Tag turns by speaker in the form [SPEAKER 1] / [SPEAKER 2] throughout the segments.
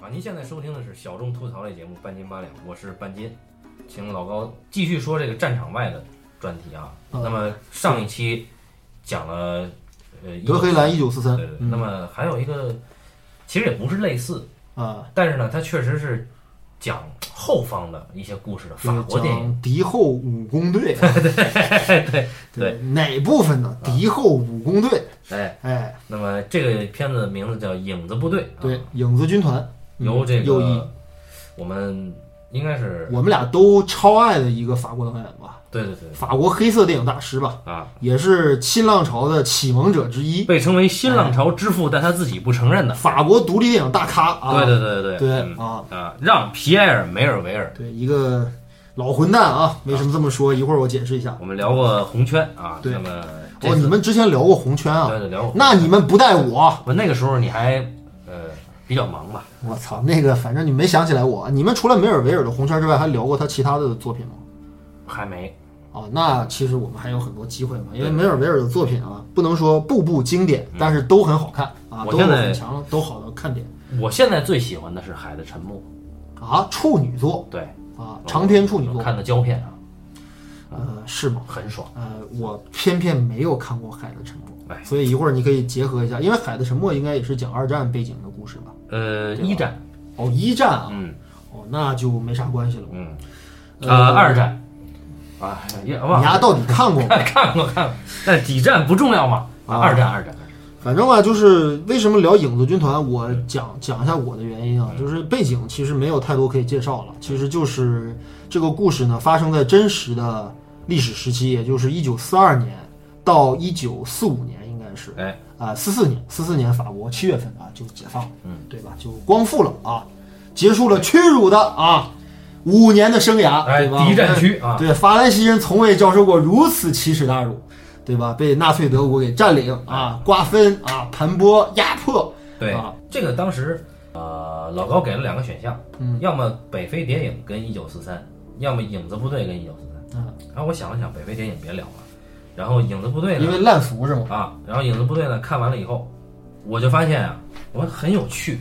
[SPEAKER 1] 啊，您现在收听的是小众吐槽类节目《半斤八两》，我是半斤，请老高继续说这个战场外的专题啊。
[SPEAKER 2] 嗯
[SPEAKER 1] 那么上一期讲了呃
[SPEAKER 2] 德黑兰一
[SPEAKER 1] 1943
[SPEAKER 2] 九四三
[SPEAKER 1] 对对对，
[SPEAKER 2] 嗯
[SPEAKER 1] 那么还有一个其实也不是类似，
[SPEAKER 2] 啊，
[SPEAKER 1] 但是呢，它确实是讲后方的一些故事的法国电影。
[SPEAKER 2] 讲敌后武 工队，
[SPEAKER 1] 对，啊
[SPEAKER 2] 对哪部分呢？敌后武工队，
[SPEAKER 1] 哎，
[SPEAKER 2] 哎，
[SPEAKER 1] 那么这个片子的名字叫《影子部队》，
[SPEAKER 2] 对
[SPEAKER 1] 啊，，
[SPEAKER 2] 影子军团嗯
[SPEAKER 1] 由这
[SPEAKER 2] 右翼
[SPEAKER 1] 个我们应该是
[SPEAKER 2] 我们俩都超爱的一个法国导演吧，
[SPEAKER 1] 对对对
[SPEAKER 2] 法国黑色电影大师吧，
[SPEAKER 1] 啊，
[SPEAKER 2] 也是新浪潮的启蒙者之一，
[SPEAKER 1] 被称为新浪潮之父，但他自己不承认的。
[SPEAKER 2] 法国独立电影大咖啊，
[SPEAKER 1] 对对对对
[SPEAKER 2] 对
[SPEAKER 1] 嗯
[SPEAKER 2] 啊，
[SPEAKER 1] 啊，让皮埃尔·梅尔维尔，
[SPEAKER 2] 对一个老混蛋啊，为什么这么说？一会儿我解释一下。
[SPEAKER 1] 我们聊过红圈啊，
[SPEAKER 2] 对
[SPEAKER 1] 那么这
[SPEAKER 2] 哦，你
[SPEAKER 1] 次
[SPEAKER 2] 们之前聊过红圈啊
[SPEAKER 1] 对，对聊过红圈，
[SPEAKER 2] 那你们不带我，啊
[SPEAKER 1] 不那个时候你还呃比较忙吧？
[SPEAKER 2] 我操，那个反正你没想起来我。你们除了梅尔维尔的红圈之外，还聊过他其他的作品吗？
[SPEAKER 1] 还没
[SPEAKER 2] 啊，那其实我们还有很多机会嘛，因为梅尔维尔的作品啊，不能说步步经典，但是都很好看啊，
[SPEAKER 1] 嗯我
[SPEAKER 2] 都有
[SPEAKER 1] 现在
[SPEAKER 2] 很强，都好的看点
[SPEAKER 1] 我现在最喜欢的是《海的沉默
[SPEAKER 2] 啊，处女作》，
[SPEAKER 1] 对，
[SPEAKER 2] 啊，长篇处女
[SPEAKER 1] 我
[SPEAKER 2] 作，
[SPEAKER 1] 看的胶片啊，
[SPEAKER 2] 呃，是吗？
[SPEAKER 1] 很爽。
[SPEAKER 2] 呃，我偏偏没有看过《海的沉默
[SPEAKER 1] 哎》，
[SPEAKER 2] 所以一会儿你可以结合一下，因为《海的沉默》应该也是讲二战背景的故事吧？
[SPEAKER 1] 呃，
[SPEAKER 2] 对吧
[SPEAKER 1] 一战，
[SPEAKER 2] 哦，一战啊，
[SPEAKER 1] 嗯
[SPEAKER 2] 哦，那就没啥关系了。
[SPEAKER 1] 嗯，呃，二战啊，也忘
[SPEAKER 2] 你
[SPEAKER 1] 了
[SPEAKER 2] 丫到底看过吗？
[SPEAKER 1] 看过看过，但几战不重要嘛？
[SPEAKER 2] 啊
[SPEAKER 1] 二战，二战，
[SPEAKER 2] 反正吧，就是为什么聊影子军团，
[SPEAKER 1] 嗯
[SPEAKER 2] 我讲讲一下我的原因啊，就是背景其实没有太多可以介绍了，其实就是这个故事呢发生在真实的历史时期，也就是一九四二年到一九四五年应该是，
[SPEAKER 1] 哎，
[SPEAKER 2] 啊四四年四四年法国七月份啊就解放，
[SPEAKER 1] 嗯，
[SPEAKER 2] 对吧？就光复了啊，结束了屈辱的啊五年的生涯，
[SPEAKER 1] 哎
[SPEAKER 2] 对吧？
[SPEAKER 1] 敌占区啊
[SPEAKER 2] 对，法兰西人从未遭受过如此奇耻大辱。对吧？被纳粹德国给占领啊，瓜分啊，盘剥压迫，
[SPEAKER 1] 对
[SPEAKER 2] 啊，
[SPEAKER 1] 这个当时呃，老高给了两个选项，
[SPEAKER 2] 嗯
[SPEAKER 1] 要么北非谍影跟一九四三，要么影子部队跟一九四三。
[SPEAKER 2] 嗯，
[SPEAKER 1] 然后我想了想，北非谍影别聊了，然后影子部队
[SPEAKER 2] 因
[SPEAKER 1] 呢
[SPEAKER 2] 为烂俗是吗？
[SPEAKER 1] 啊，然后影子部队呢看完了以后，我就发现啊，我很有趣，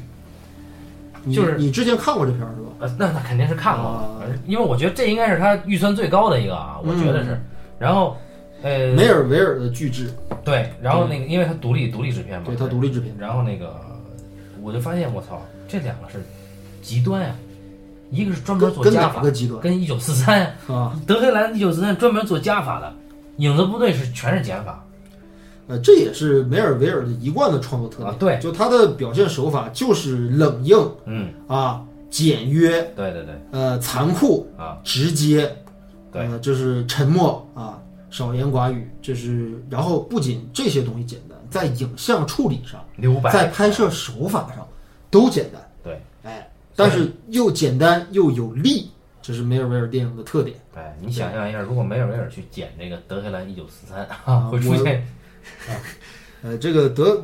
[SPEAKER 2] 你
[SPEAKER 1] 就是
[SPEAKER 2] 你之前看过这片儿是吧？
[SPEAKER 1] 呃，那那肯定是看过
[SPEAKER 2] 啊
[SPEAKER 1] 了，而因为我觉得这应该是他预算最高的一个啊，我觉得
[SPEAKER 2] 嗯
[SPEAKER 1] 是。然后，呃，
[SPEAKER 2] 梅尔维尔的巨制，
[SPEAKER 1] 对，然后那个，因为他独立独立制片嘛，
[SPEAKER 2] 对他独立制片，
[SPEAKER 1] 然后那个，我就发现我操，这两个是极端呀、一个是专门
[SPEAKER 2] 跟
[SPEAKER 1] 做
[SPEAKER 2] 跟
[SPEAKER 1] 加
[SPEAKER 2] 哪
[SPEAKER 1] 法，
[SPEAKER 2] 个极端
[SPEAKER 1] 跟一九四三
[SPEAKER 2] 啊？
[SPEAKER 1] 德黑兰一九四三专门做加法的，影子部队是全是减法，
[SPEAKER 2] 呃，这也是梅尔维尔的一贯的创作特点，
[SPEAKER 1] 啊对
[SPEAKER 2] 就他的表现手法就是冷硬
[SPEAKER 1] 嗯，
[SPEAKER 2] 啊，简约，
[SPEAKER 1] 对对对，
[SPEAKER 2] 呃，残酷，
[SPEAKER 1] 啊，
[SPEAKER 2] 直接，
[SPEAKER 1] 对
[SPEAKER 2] 呃，就是沉默啊，少言寡语，这是，然后不仅这些东西简单，在影像处理上，
[SPEAKER 1] 留白，
[SPEAKER 2] 在拍摄手法上都简单，
[SPEAKER 1] 对，
[SPEAKER 2] 哎，但是又简单又有力，这是梅尔维尔电影的特点。
[SPEAKER 1] 哎，你想象一下，如果梅尔维尔去剪这个德黑兰一九四三，
[SPEAKER 2] 啊
[SPEAKER 1] 会出现
[SPEAKER 2] 呃，这个德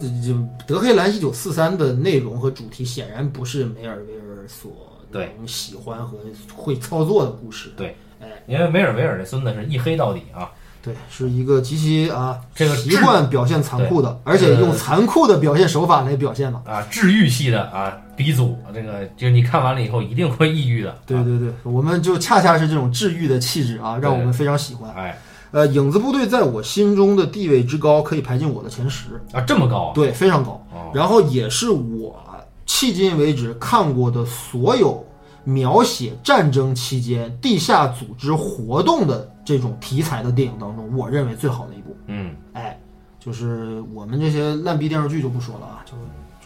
[SPEAKER 2] 德黑兰一九四三的内容和主题显然不是梅尔维尔所
[SPEAKER 1] 对
[SPEAKER 2] 能喜欢和会操作的故事，
[SPEAKER 1] 对
[SPEAKER 2] 哎，
[SPEAKER 1] 因为梅尔维尔这孙子是一黑到底啊，
[SPEAKER 2] 对，是一个极其啊
[SPEAKER 1] 这个
[SPEAKER 2] 习惯表现残酷的，而且用残酷的表现手法来表现嘛。
[SPEAKER 1] 啊，治愈系的啊鼻祖，这个就是你看完了以后一定会抑郁的，
[SPEAKER 2] 对对对，我们就恰恰是这种治愈的气质啊，让我们非常喜欢。
[SPEAKER 1] 哎
[SPEAKER 2] 呃，影子部队在我心中的地位之高，可以排进我的前十。
[SPEAKER 1] 啊这么高啊，
[SPEAKER 2] 对，非常高
[SPEAKER 1] 哦。
[SPEAKER 2] 然后也是我迄今为止看过的所有描写战争期间地下组织活动的这种题材的电影当中，我认为最好的一部。
[SPEAKER 1] 嗯，
[SPEAKER 2] 哎，就是我们这些烂逼电视剧就不说了啊，就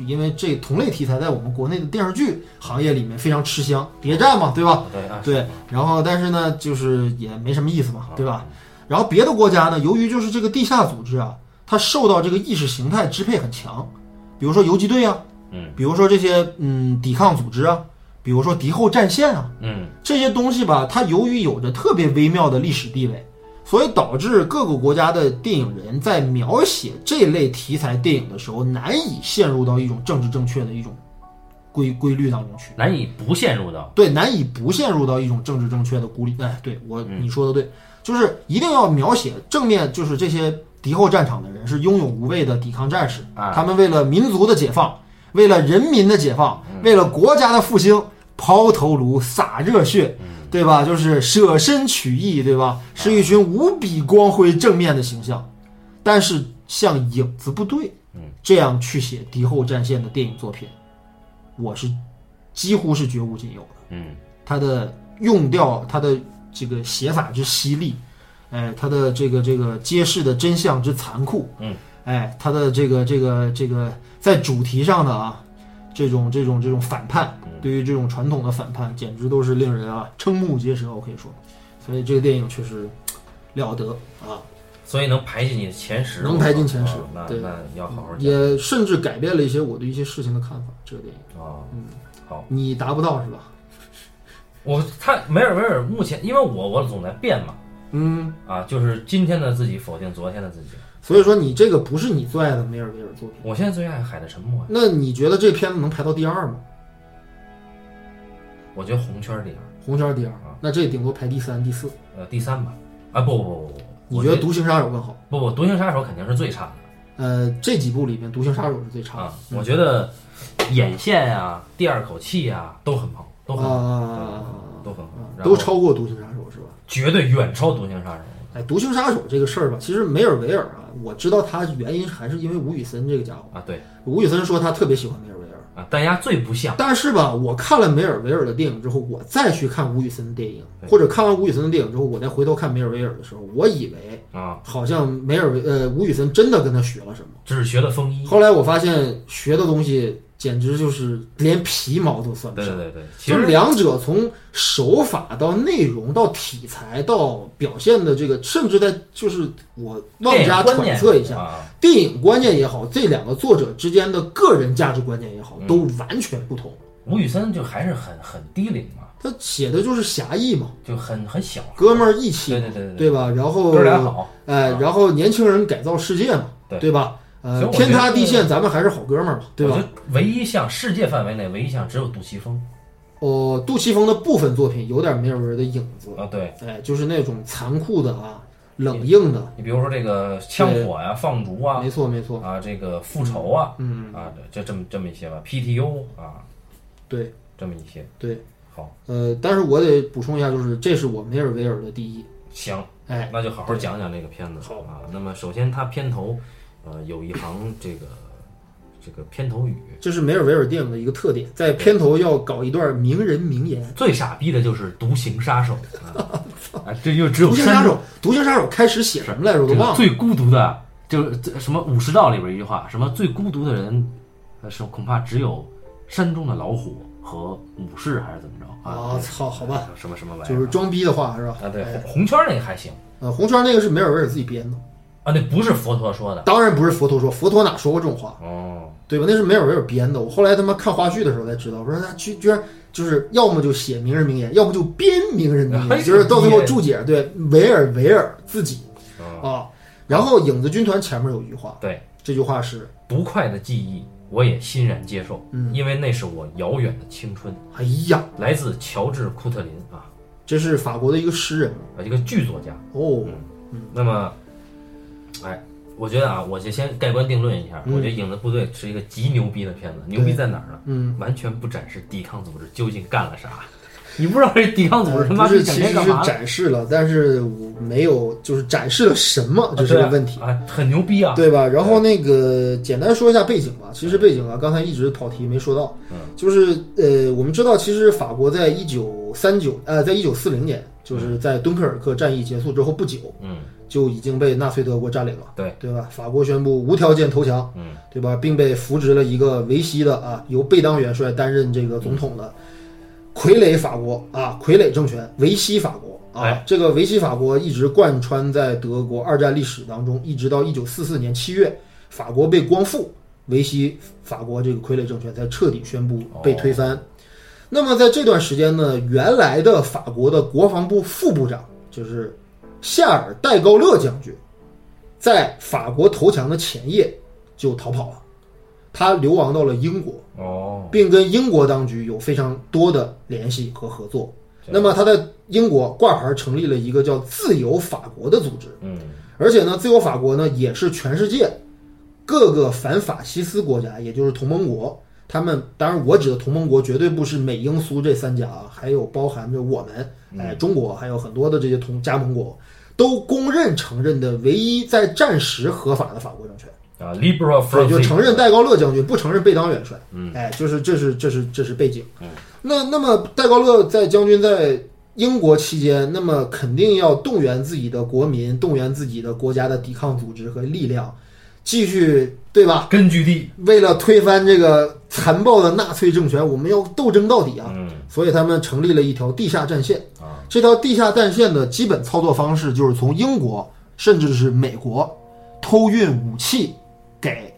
[SPEAKER 2] 就因为这同类题材在我们国内的电视剧行业里面非常吃香，谍战嘛，对吧？
[SPEAKER 1] 对啊，
[SPEAKER 2] 对，然后但是呢，就是也没什么意思嘛，对吧？然后别的国家呢，由于就是这个地下组织啊，它受到这个意识形态支配很强，比如说游击队啊，
[SPEAKER 1] 嗯，
[SPEAKER 2] 比如说这些嗯抵抗组织啊，比如说敌后战线啊，
[SPEAKER 1] 嗯
[SPEAKER 2] 这些东西吧，它由于有着特别微妙的历史地位，所以导致各个国家的电影人在描写这类题材电影的时候，难以陷入到一种政治正确的一种规规律当中去。
[SPEAKER 1] 难以不陷入到
[SPEAKER 2] 对，难以不陷入到一种政治正确的孤立。哎，对我，
[SPEAKER 1] 嗯
[SPEAKER 2] 你说的对，就是一定要描写正面，就是这些敌后战场的人是英勇无畏的抵抗战士，
[SPEAKER 1] 啊
[SPEAKER 2] 他们为了民族的解放，为了人民的解放，
[SPEAKER 1] 嗯
[SPEAKER 2] 为了国家的复兴抛头颅洒热血，
[SPEAKER 1] 嗯
[SPEAKER 2] 对吧？就是舍身取义，对
[SPEAKER 1] 啊
[SPEAKER 2] 吧？是一群无比光辉正面的形象，但是像影子部队
[SPEAKER 1] 嗯
[SPEAKER 2] 这样去写敌后战线的电影作品，我是几乎是绝无仅有的。
[SPEAKER 1] 嗯
[SPEAKER 2] 它的用调，它的这个写法之犀利，哎，它的这个这个揭示的真相之残酷，
[SPEAKER 1] 嗯，
[SPEAKER 2] 哎，它的这个这个这个在主题上的啊，这种这种这种反叛
[SPEAKER 1] 嗯，
[SPEAKER 2] 对于这种传统的反叛，简直都是令人啊瞠目结舌，我可以说，所以这个电影确实了得啊，
[SPEAKER 1] 所以能排进你前十，
[SPEAKER 2] 能排进前十
[SPEAKER 1] 哦那
[SPEAKER 2] 对
[SPEAKER 1] 那要好好讲
[SPEAKER 2] 也甚至改变了一些我对一些事情的看法。这个电影
[SPEAKER 1] 哦。
[SPEAKER 2] 嗯你达不到是吧？
[SPEAKER 1] 我他梅尔维尔目前，因为我我总在变嘛，
[SPEAKER 2] 嗯，
[SPEAKER 1] 啊，就是今天的自己否定昨天的自己。
[SPEAKER 2] 所以说你这个不是你最爱的梅尔维尔作品。
[SPEAKER 1] 我现在最爱《海的沉默》呀，
[SPEAKER 2] 那你觉得这片子能排到第二吗？
[SPEAKER 1] 我觉得红圈里边，
[SPEAKER 2] 红圈第二
[SPEAKER 1] 啊，
[SPEAKER 2] 那这顶多排第三、第四。
[SPEAKER 1] 呃，第三吧。啊，不不不不不，
[SPEAKER 2] 你
[SPEAKER 1] 我
[SPEAKER 2] 觉得《独行杀手》更好？
[SPEAKER 1] 不不，《独行杀手》肯定是最差
[SPEAKER 2] 呃，这几部里面，《独行杀手》是最
[SPEAKER 1] 的
[SPEAKER 2] 差的
[SPEAKER 1] 啊。。我觉得眼线啊、第二口气啊都很棒，都很好，
[SPEAKER 2] 啊，
[SPEAKER 1] 都很好，然后
[SPEAKER 2] 都超过《独行杀手》是吧？
[SPEAKER 1] 绝对远超《独行杀手》。
[SPEAKER 2] 哎，《独行杀手》这个事儿吧，其实梅尔维尔啊，我知道他原因还是因为吴宇森这个家伙。
[SPEAKER 1] 啊，对
[SPEAKER 2] 吴宇森说他特别喜欢梅尔维尔，
[SPEAKER 1] 啊，大家最不像
[SPEAKER 2] 但是吧，我看了梅尔维尔的电影之后，我再去看吴宇森的电影，
[SPEAKER 1] 对
[SPEAKER 2] 或者看完吴宇森的电影之后，我再回头看梅尔维尔的时候，我以为
[SPEAKER 1] 啊，
[SPEAKER 2] 好像梅尔维呃吴宇森真的跟他学了什么。
[SPEAKER 1] 只是学了风衣。
[SPEAKER 2] 后来我发现学的东西简直就是连皮毛都算不
[SPEAKER 1] 对
[SPEAKER 2] 上
[SPEAKER 1] 对。对对，其
[SPEAKER 2] 就是
[SPEAKER 1] 实
[SPEAKER 2] 两者从手法到内容到题材到表现的这个，甚至在就是我妄加
[SPEAKER 1] 观念
[SPEAKER 2] 揣测一下，
[SPEAKER 1] 啊，
[SPEAKER 2] 电影观念也好，这两个作者之间的个人价值观念也好，
[SPEAKER 1] 嗯
[SPEAKER 2] 都完全不同。
[SPEAKER 1] 吴宇森就还是很很低龄嘛，
[SPEAKER 2] 他写的就是侠义嘛，
[SPEAKER 1] 就很很小。
[SPEAKER 2] 哥们儿义气
[SPEAKER 1] 对
[SPEAKER 2] 嘛，
[SPEAKER 1] 对对对
[SPEAKER 2] 对吧？然后
[SPEAKER 1] 哥俩好，啊
[SPEAKER 2] 哎，然后年轻人改造世界嘛，
[SPEAKER 1] 对
[SPEAKER 2] 对吧？呃
[SPEAKER 1] 所以，我觉得嗯
[SPEAKER 2] 天塌地陷，咱们还是好哥们儿嘛，对吧
[SPEAKER 1] 我？觉得唯一像世界范围内唯一像只有杜琪峰
[SPEAKER 2] 哦，杜琪峰的部分作品有点梅尔维尔的影子，
[SPEAKER 1] 啊，对
[SPEAKER 2] 哎，就是那种残酷的啊，冷硬的，
[SPEAKER 1] 你比如说这个枪火呀、放逐啊
[SPEAKER 2] 没错没错，
[SPEAKER 1] 啊，这个复仇啊
[SPEAKER 2] 嗯，
[SPEAKER 1] 啊，这这么这么一些吧，PTU 啊，
[SPEAKER 2] 对
[SPEAKER 1] 这么一些
[SPEAKER 2] 对，
[SPEAKER 1] 好
[SPEAKER 2] 呃，但是我得补充一下，就是这是我梅尔维尔的第一，
[SPEAKER 1] 行，
[SPEAKER 2] 哎，
[SPEAKER 1] 那就好好讲讲这个片子
[SPEAKER 2] 好
[SPEAKER 1] 啊。那么首先它片头呃有一行这个这个片头语，
[SPEAKER 2] 这是梅尔维尔电影的一个特点，在片头要搞一段名人名言。
[SPEAKER 1] 最傻逼的就是独行杀手啊，啊 这就只有
[SPEAKER 2] 独行杀
[SPEAKER 1] 山
[SPEAKER 2] 手，独行杀手开始写什么来着？我都忘了。
[SPEAKER 1] 最孤独的，就是这什么武士道里边一句话，什么最孤独的人，呃，是恐怕只有山中的老虎和武士，还是怎么着啊？
[SPEAKER 2] 啊操，好吧，，
[SPEAKER 1] 什么什么玩意儿，
[SPEAKER 2] 就是装逼的话是吧？
[SPEAKER 1] 啊，对，
[SPEAKER 2] 哎
[SPEAKER 1] 红红圈那个还行
[SPEAKER 2] 呃，红圈那个是梅尔维尔自己编的，
[SPEAKER 1] 啊，那不是佛陀说的
[SPEAKER 2] 当然不是佛陀说，佛陀哪说过这种话？
[SPEAKER 1] 哦，
[SPEAKER 2] 对吧？那是梅尔维尔编的。我后来他妈看花絮的时候才知道，我说他居居然就是要么就写名人名言，要么就编名人名
[SPEAKER 1] 哎
[SPEAKER 2] 言，就是到最后注解对维尔维尔自己
[SPEAKER 1] 嗯
[SPEAKER 2] 啊。然后影子军团前面有一句话，
[SPEAKER 1] 对，
[SPEAKER 2] 这句话是，
[SPEAKER 1] 不快的记忆我也欣然接受，
[SPEAKER 2] 嗯
[SPEAKER 1] 因为那是我遥远的青春，
[SPEAKER 2] 哎呀，
[SPEAKER 1] 来自乔治库特林啊，
[SPEAKER 2] 这是法国的一个诗人
[SPEAKER 1] 啊一个剧作家。
[SPEAKER 2] 哦，
[SPEAKER 1] 那么，哎，我觉得啊，我就先盖棺定论一下，
[SPEAKER 2] 嗯
[SPEAKER 1] 我觉得《影子部队》是一个极牛逼的片子，牛逼在哪儿呢？
[SPEAKER 2] 嗯，
[SPEAKER 1] 完全不展示抵抗组织究竟干了啥，你不知道这抵抗组织他妈
[SPEAKER 2] 呃不是
[SPEAKER 1] 整
[SPEAKER 2] 其
[SPEAKER 1] 天
[SPEAKER 2] 实
[SPEAKER 1] 干
[SPEAKER 2] 是
[SPEAKER 1] 嘛呢？
[SPEAKER 2] 展示了，但是我没有就是展示了什么，这是个问题。
[SPEAKER 1] 啊，很牛逼啊！
[SPEAKER 2] 对吧？然后那个简单说一下背景吧。其实背景啊，刚才一直跑题没说到，
[SPEAKER 1] 嗯
[SPEAKER 2] 就是呃，我们知道，其实法国在一九三九呃，在一九四零年，就是在敦刻尔克战役结束之后不久，
[SPEAKER 1] 嗯
[SPEAKER 2] 就已经被纳粹德国占领了，
[SPEAKER 1] 对
[SPEAKER 2] 对吧？法国宣布无条件投降，
[SPEAKER 1] 嗯
[SPEAKER 2] 对吧？并被扶植了一个维希的啊，由贝当元帅担任这个总统的傀儡法国啊，傀儡政权维希法国啊
[SPEAKER 1] 哎。
[SPEAKER 2] 这个维希法国一直贯穿在德国二战历史当中，一直到一九四四年七月，法国被光复，维希法国这个傀儡政权才彻底宣布被推翻。那么在这段时间呢，原来的法国的国防部副部长就是夏尔戴高乐将军，在法国投降的前夜就逃跑了，他流亡到了英国，
[SPEAKER 1] 哦，
[SPEAKER 2] 并跟英国当局有非常多的联系和合作。
[SPEAKER 1] 这
[SPEAKER 2] 那么他在英国挂牌成立了一个叫“自由法国”的组织，
[SPEAKER 1] 嗯
[SPEAKER 2] 而且呢，自由法国呢也是全世界各个反法西斯国家，也就是同盟国他们当然，我指的同盟国绝对不是美英苏这三家啊，还有包含着我们，哎，中国还有很多的这些同加盟国，都公认承认的唯一在战时合法的法国政权。
[SPEAKER 1] 啊，Libra
[SPEAKER 2] 所
[SPEAKER 1] from
[SPEAKER 2] 以就承认戴高乐将军，不承认贝当元帅。嗯，哎，就是这是这是这是背景。
[SPEAKER 1] 嗯，
[SPEAKER 2] 那那么戴高乐在将军在英国期间，那么肯定要动员自己的国民，动员自己的国家的抵抗组织和力量，继续对吧？
[SPEAKER 1] 根据地，
[SPEAKER 2] 为了推翻这个残暴的纳粹政权，我们要斗争到底啊！
[SPEAKER 1] 嗯
[SPEAKER 2] 所以他们成立了一条地下战线。
[SPEAKER 1] 啊，
[SPEAKER 2] 这条地下战线的基本操作方式就是从英国甚至是美国偷运武器给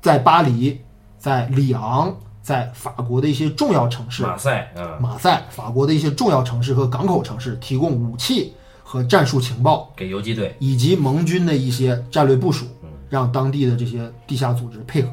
[SPEAKER 2] 在巴黎、在里昂、在法国的一些重要城市，
[SPEAKER 1] 马赛，嗯，
[SPEAKER 2] 马赛、法国的一些重要城市和港口城市提供武器和战术情报。
[SPEAKER 1] 给游击队，
[SPEAKER 2] 以及盟军的一些战略部署
[SPEAKER 1] 嗯，
[SPEAKER 2] 让当地的这些地下组织配合。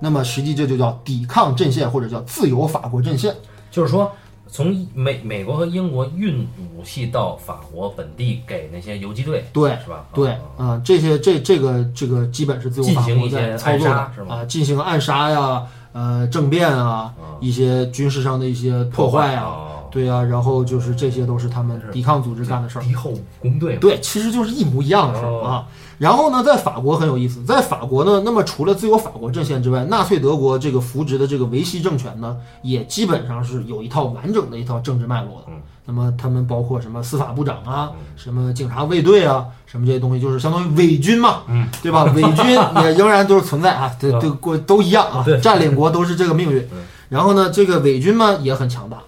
[SPEAKER 2] 那么实际这就叫抵抗阵线，或者叫自由法国阵线。
[SPEAKER 1] 就是说，从美美国和英国运武器到法国本地给那些游击队，
[SPEAKER 2] 对
[SPEAKER 1] 是吧？
[SPEAKER 2] 对
[SPEAKER 1] 啊，
[SPEAKER 2] 嗯、这些这这个这个基本是自由法
[SPEAKER 1] 进行
[SPEAKER 2] 国
[SPEAKER 1] 一些
[SPEAKER 2] 在操作的
[SPEAKER 1] 暗杀是吗
[SPEAKER 2] 啊，进行暗杀呀，呃，政变啊，一些军事上的一些破坏啊，
[SPEAKER 1] 啊，
[SPEAKER 2] 对啊，然后就是这些都是他们抵抗组织干的事儿。
[SPEAKER 1] 敌后武工队嘛，
[SPEAKER 2] 对，其实就是一模一样的
[SPEAKER 1] 哦
[SPEAKER 2] 事儿啊。然后呢，在法国很有意思，在法国呢，那么除了自由法国阵线之外，纳粹德国这个扶植的这个维希政权呢，也基本上是有一套完整的一套政治脉络的
[SPEAKER 1] 嗯。
[SPEAKER 2] 那么他们包括什么司法部长啊，什么警察卫队啊，什么这些东西，就是相当于伪军嘛，
[SPEAKER 1] 嗯，
[SPEAKER 2] 对吧？伪军 也仍然都是存在啊，这这国都一样啊
[SPEAKER 1] 对，嗯
[SPEAKER 2] 占领国都是这个命运。然后呢，这个伪军嘛也很强大。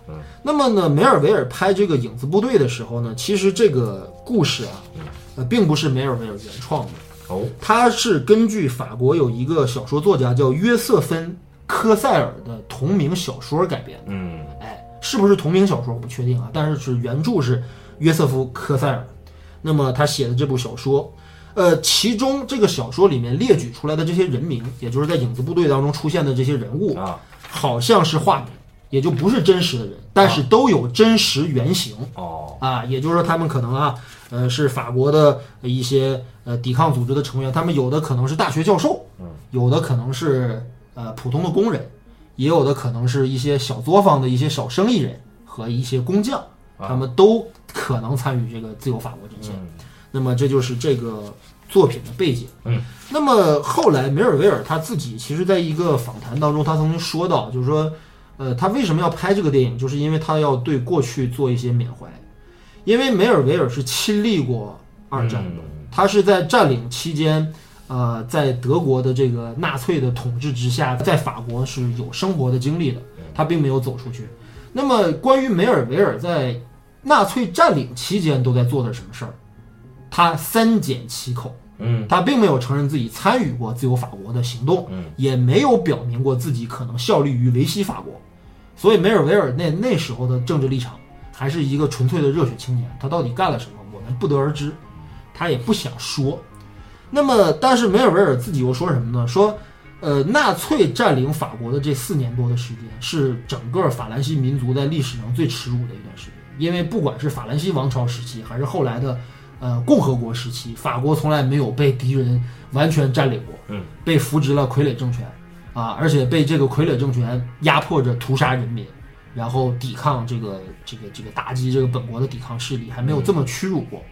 [SPEAKER 2] 那么呢，梅尔维尔拍这个《影子部队》的时候呢，其实这个故事啊，呃，并不是梅尔维尔原创的，
[SPEAKER 1] 哦，
[SPEAKER 2] 它是根据法国有一个小说作家叫约瑟芬·科塞尔的同名小说改编的。
[SPEAKER 1] 嗯
[SPEAKER 2] 哎，是不是同名小说我不确定啊，但是是原著是约瑟夫·科塞尔。那么他写的这部小说，呃，其中这个小说里面列举出来的这些人名，也就是在影子部队当中出现的这些人物，
[SPEAKER 1] 啊，
[SPEAKER 2] 好像是化名，也就不是真实的人，但是都有真实原型
[SPEAKER 1] 哦，
[SPEAKER 2] 啊，也就是说他们可能啊，呃，是法国的一些呃抵抗组织的成员，他们有的可能是大学教授，有的可能是呃普通的工人，也有的可能是一些小作坊的一些小生意人和一些工匠，他们都可能参与这个自由法国阵线。
[SPEAKER 1] 嗯
[SPEAKER 2] 那么这就是这个作品的背景。
[SPEAKER 1] 嗯，
[SPEAKER 2] 那么后来梅尔维尔他自己其实在一个访谈当中，他曾经说到，就是说，呃，他为什么要拍这个电影，就是因为他要对过去做一些缅怀，因为梅尔维尔是亲历过二战的，
[SPEAKER 1] 嗯
[SPEAKER 2] 他是在占领期间。呃，在德国的这个纳粹的统治之下，在法国是有生活的经历的，他并没有走出去。那么，关于梅尔维尔在纳粹占领期间都在做的什么事儿？他三缄其口，
[SPEAKER 1] 嗯
[SPEAKER 2] 他并没有承认自己参与过自由法国的行动，
[SPEAKER 1] 嗯
[SPEAKER 2] 也没有表明过自己可能效力于维希法国。所以梅尔维尔那那时候的政治立场还是一个纯粹的热血青年，他到底干了什么，我们不得而知，他也不想说。那么，但是梅尔维尔自己又说什么呢？说，呃，纳粹占领法国的这四年多的时间，是整个法兰西民族在历史上最耻辱的一段时间，因为不管是法兰西王朝时期，还是后来的呃共和国时期，法国从来没有被敌人完全占领过，
[SPEAKER 1] 嗯，
[SPEAKER 2] 被扶植了傀儡政权啊，而且被这个傀儡政权压迫着屠杀人民，然后抵抗这个这个这个打击这个本国的抵抗势力，还没有这么屈辱过。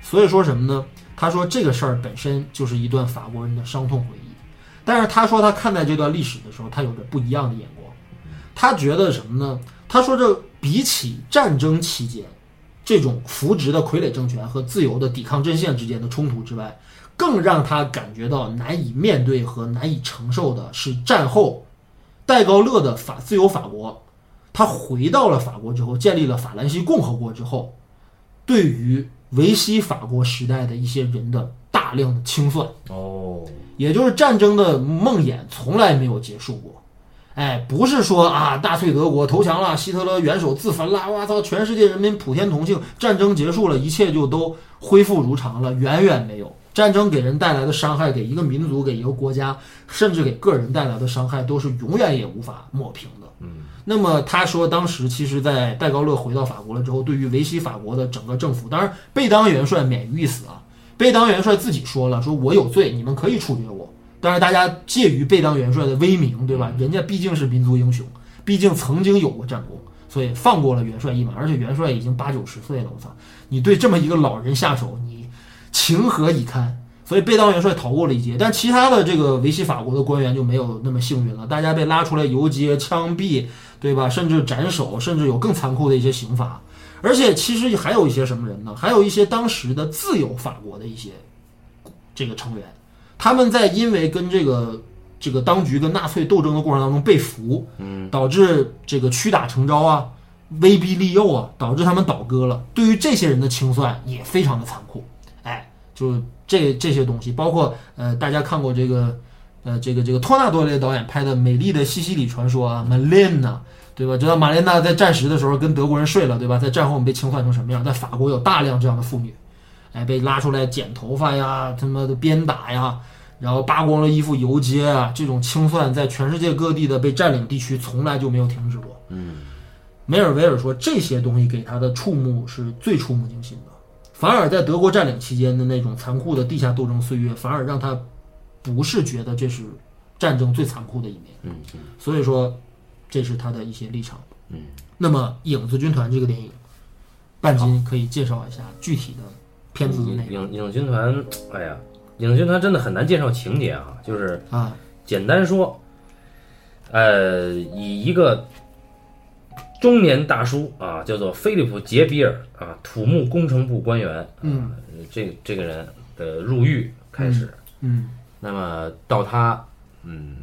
[SPEAKER 2] 所以说什么呢？他说这个事儿本身就是一段法国人的伤痛回忆，但是他说他看待这段历史的时候，他有着不一样的眼光。他觉得什么呢？他说这比起战争期间这种扶植的傀儡政权和自由的抵抗阵线之间的冲突之外，更让他感觉到难以面对和难以承受的是战后戴高乐的法自由法国，他回到了法国之后，建立了法兰西共和国之后，对于维希法国时代的一些人的大量的清算。
[SPEAKER 1] 哦，
[SPEAKER 2] 也就是战争的梦魇从来没有结束过。哎，不是说啊，纳粹德国投降了，希特勒元首自焚了，哇操，全世界人民普天同庆，战争结束了，一切就都恢复如常了，远远没有。战争给人带来的伤害，给一个民族、给一个国家，甚至给个人带来的伤害，都是永远也无法抹平的。
[SPEAKER 1] 嗯，
[SPEAKER 2] 那么他说，当时其实，在戴高乐回到法国了之后，对于维希法国的整个政府，当然贝当元帅免于一死啊。贝当元帅自己说了，说我有罪，你们可以处决我，当然，大家介于贝当元帅的威名，对吧？人家毕竟是民族英雄，毕竟曾经有过战功，所以放过了元帅一马。而且元帅已经八九十岁了，我操！你对这么一个老人下手，你情何以堪？所以贝当元帅逃过了一劫，但其他的这个维系法国的官员就没有那么幸运了，大家被拉出来游街、枪毙，对吧？甚至斩首，甚至有更残酷的一些刑罚。而且其实还有一些什么人呢？还有一些当时的自由法国的一些这个成员，他们在因为跟这个这个当局跟纳粹斗争的过程当中被俘，嗯，导致这个屈打成招啊，威逼利诱啊，导致他们倒戈了。对于这些人的清算也非常的残酷，哎，就这这些东西，包括呃，大家看过这个呃这个这个托纳多雷导演拍的《美丽的西西里传说》啊，《Malena》。对吧？知道玛莲娜在战时的时候跟德国人睡了，对吧？在战后被清算成什么样？在法国有大量这样的妇女，哎，被拉出来剪头发呀，他妈的鞭打呀，然后扒光了衣服游街啊，这种清算在全世界各地的被占领地区从来就没有停止过。
[SPEAKER 1] 嗯，
[SPEAKER 2] 梅尔维尔说，这些东西给他的触目是最触目惊心的，反而在德国占领期间的那种残酷的地下斗争岁月，反而让他不是觉得这是战争最残酷的一面。
[SPEAKER 1] 嗯
[SPEAKER 2] 所以说，这是他的一些立场。
[SPEAKER 1] 嗯，
[SPEAKER 2] 那么《影子军团》这个电影，半斤可以介绍一下具体的片子的内
[SPEAKER 1] 影影影军团，哎呀，影军团真的很难介绍情节啊，就是
[SPEAKER 2] 容啊。
[SPEAKER 1] 简单说，呃，以一个中年大叔啊，叫做菲利普·杰比尔啊，土木工程部官员，
[SPEAKER 2] 嗯
[SPEAKER 1] 呃这这个人的入狱开始，
[SPEAKER 2] 嗯，
[SPEAKER 1] 那么到他嗯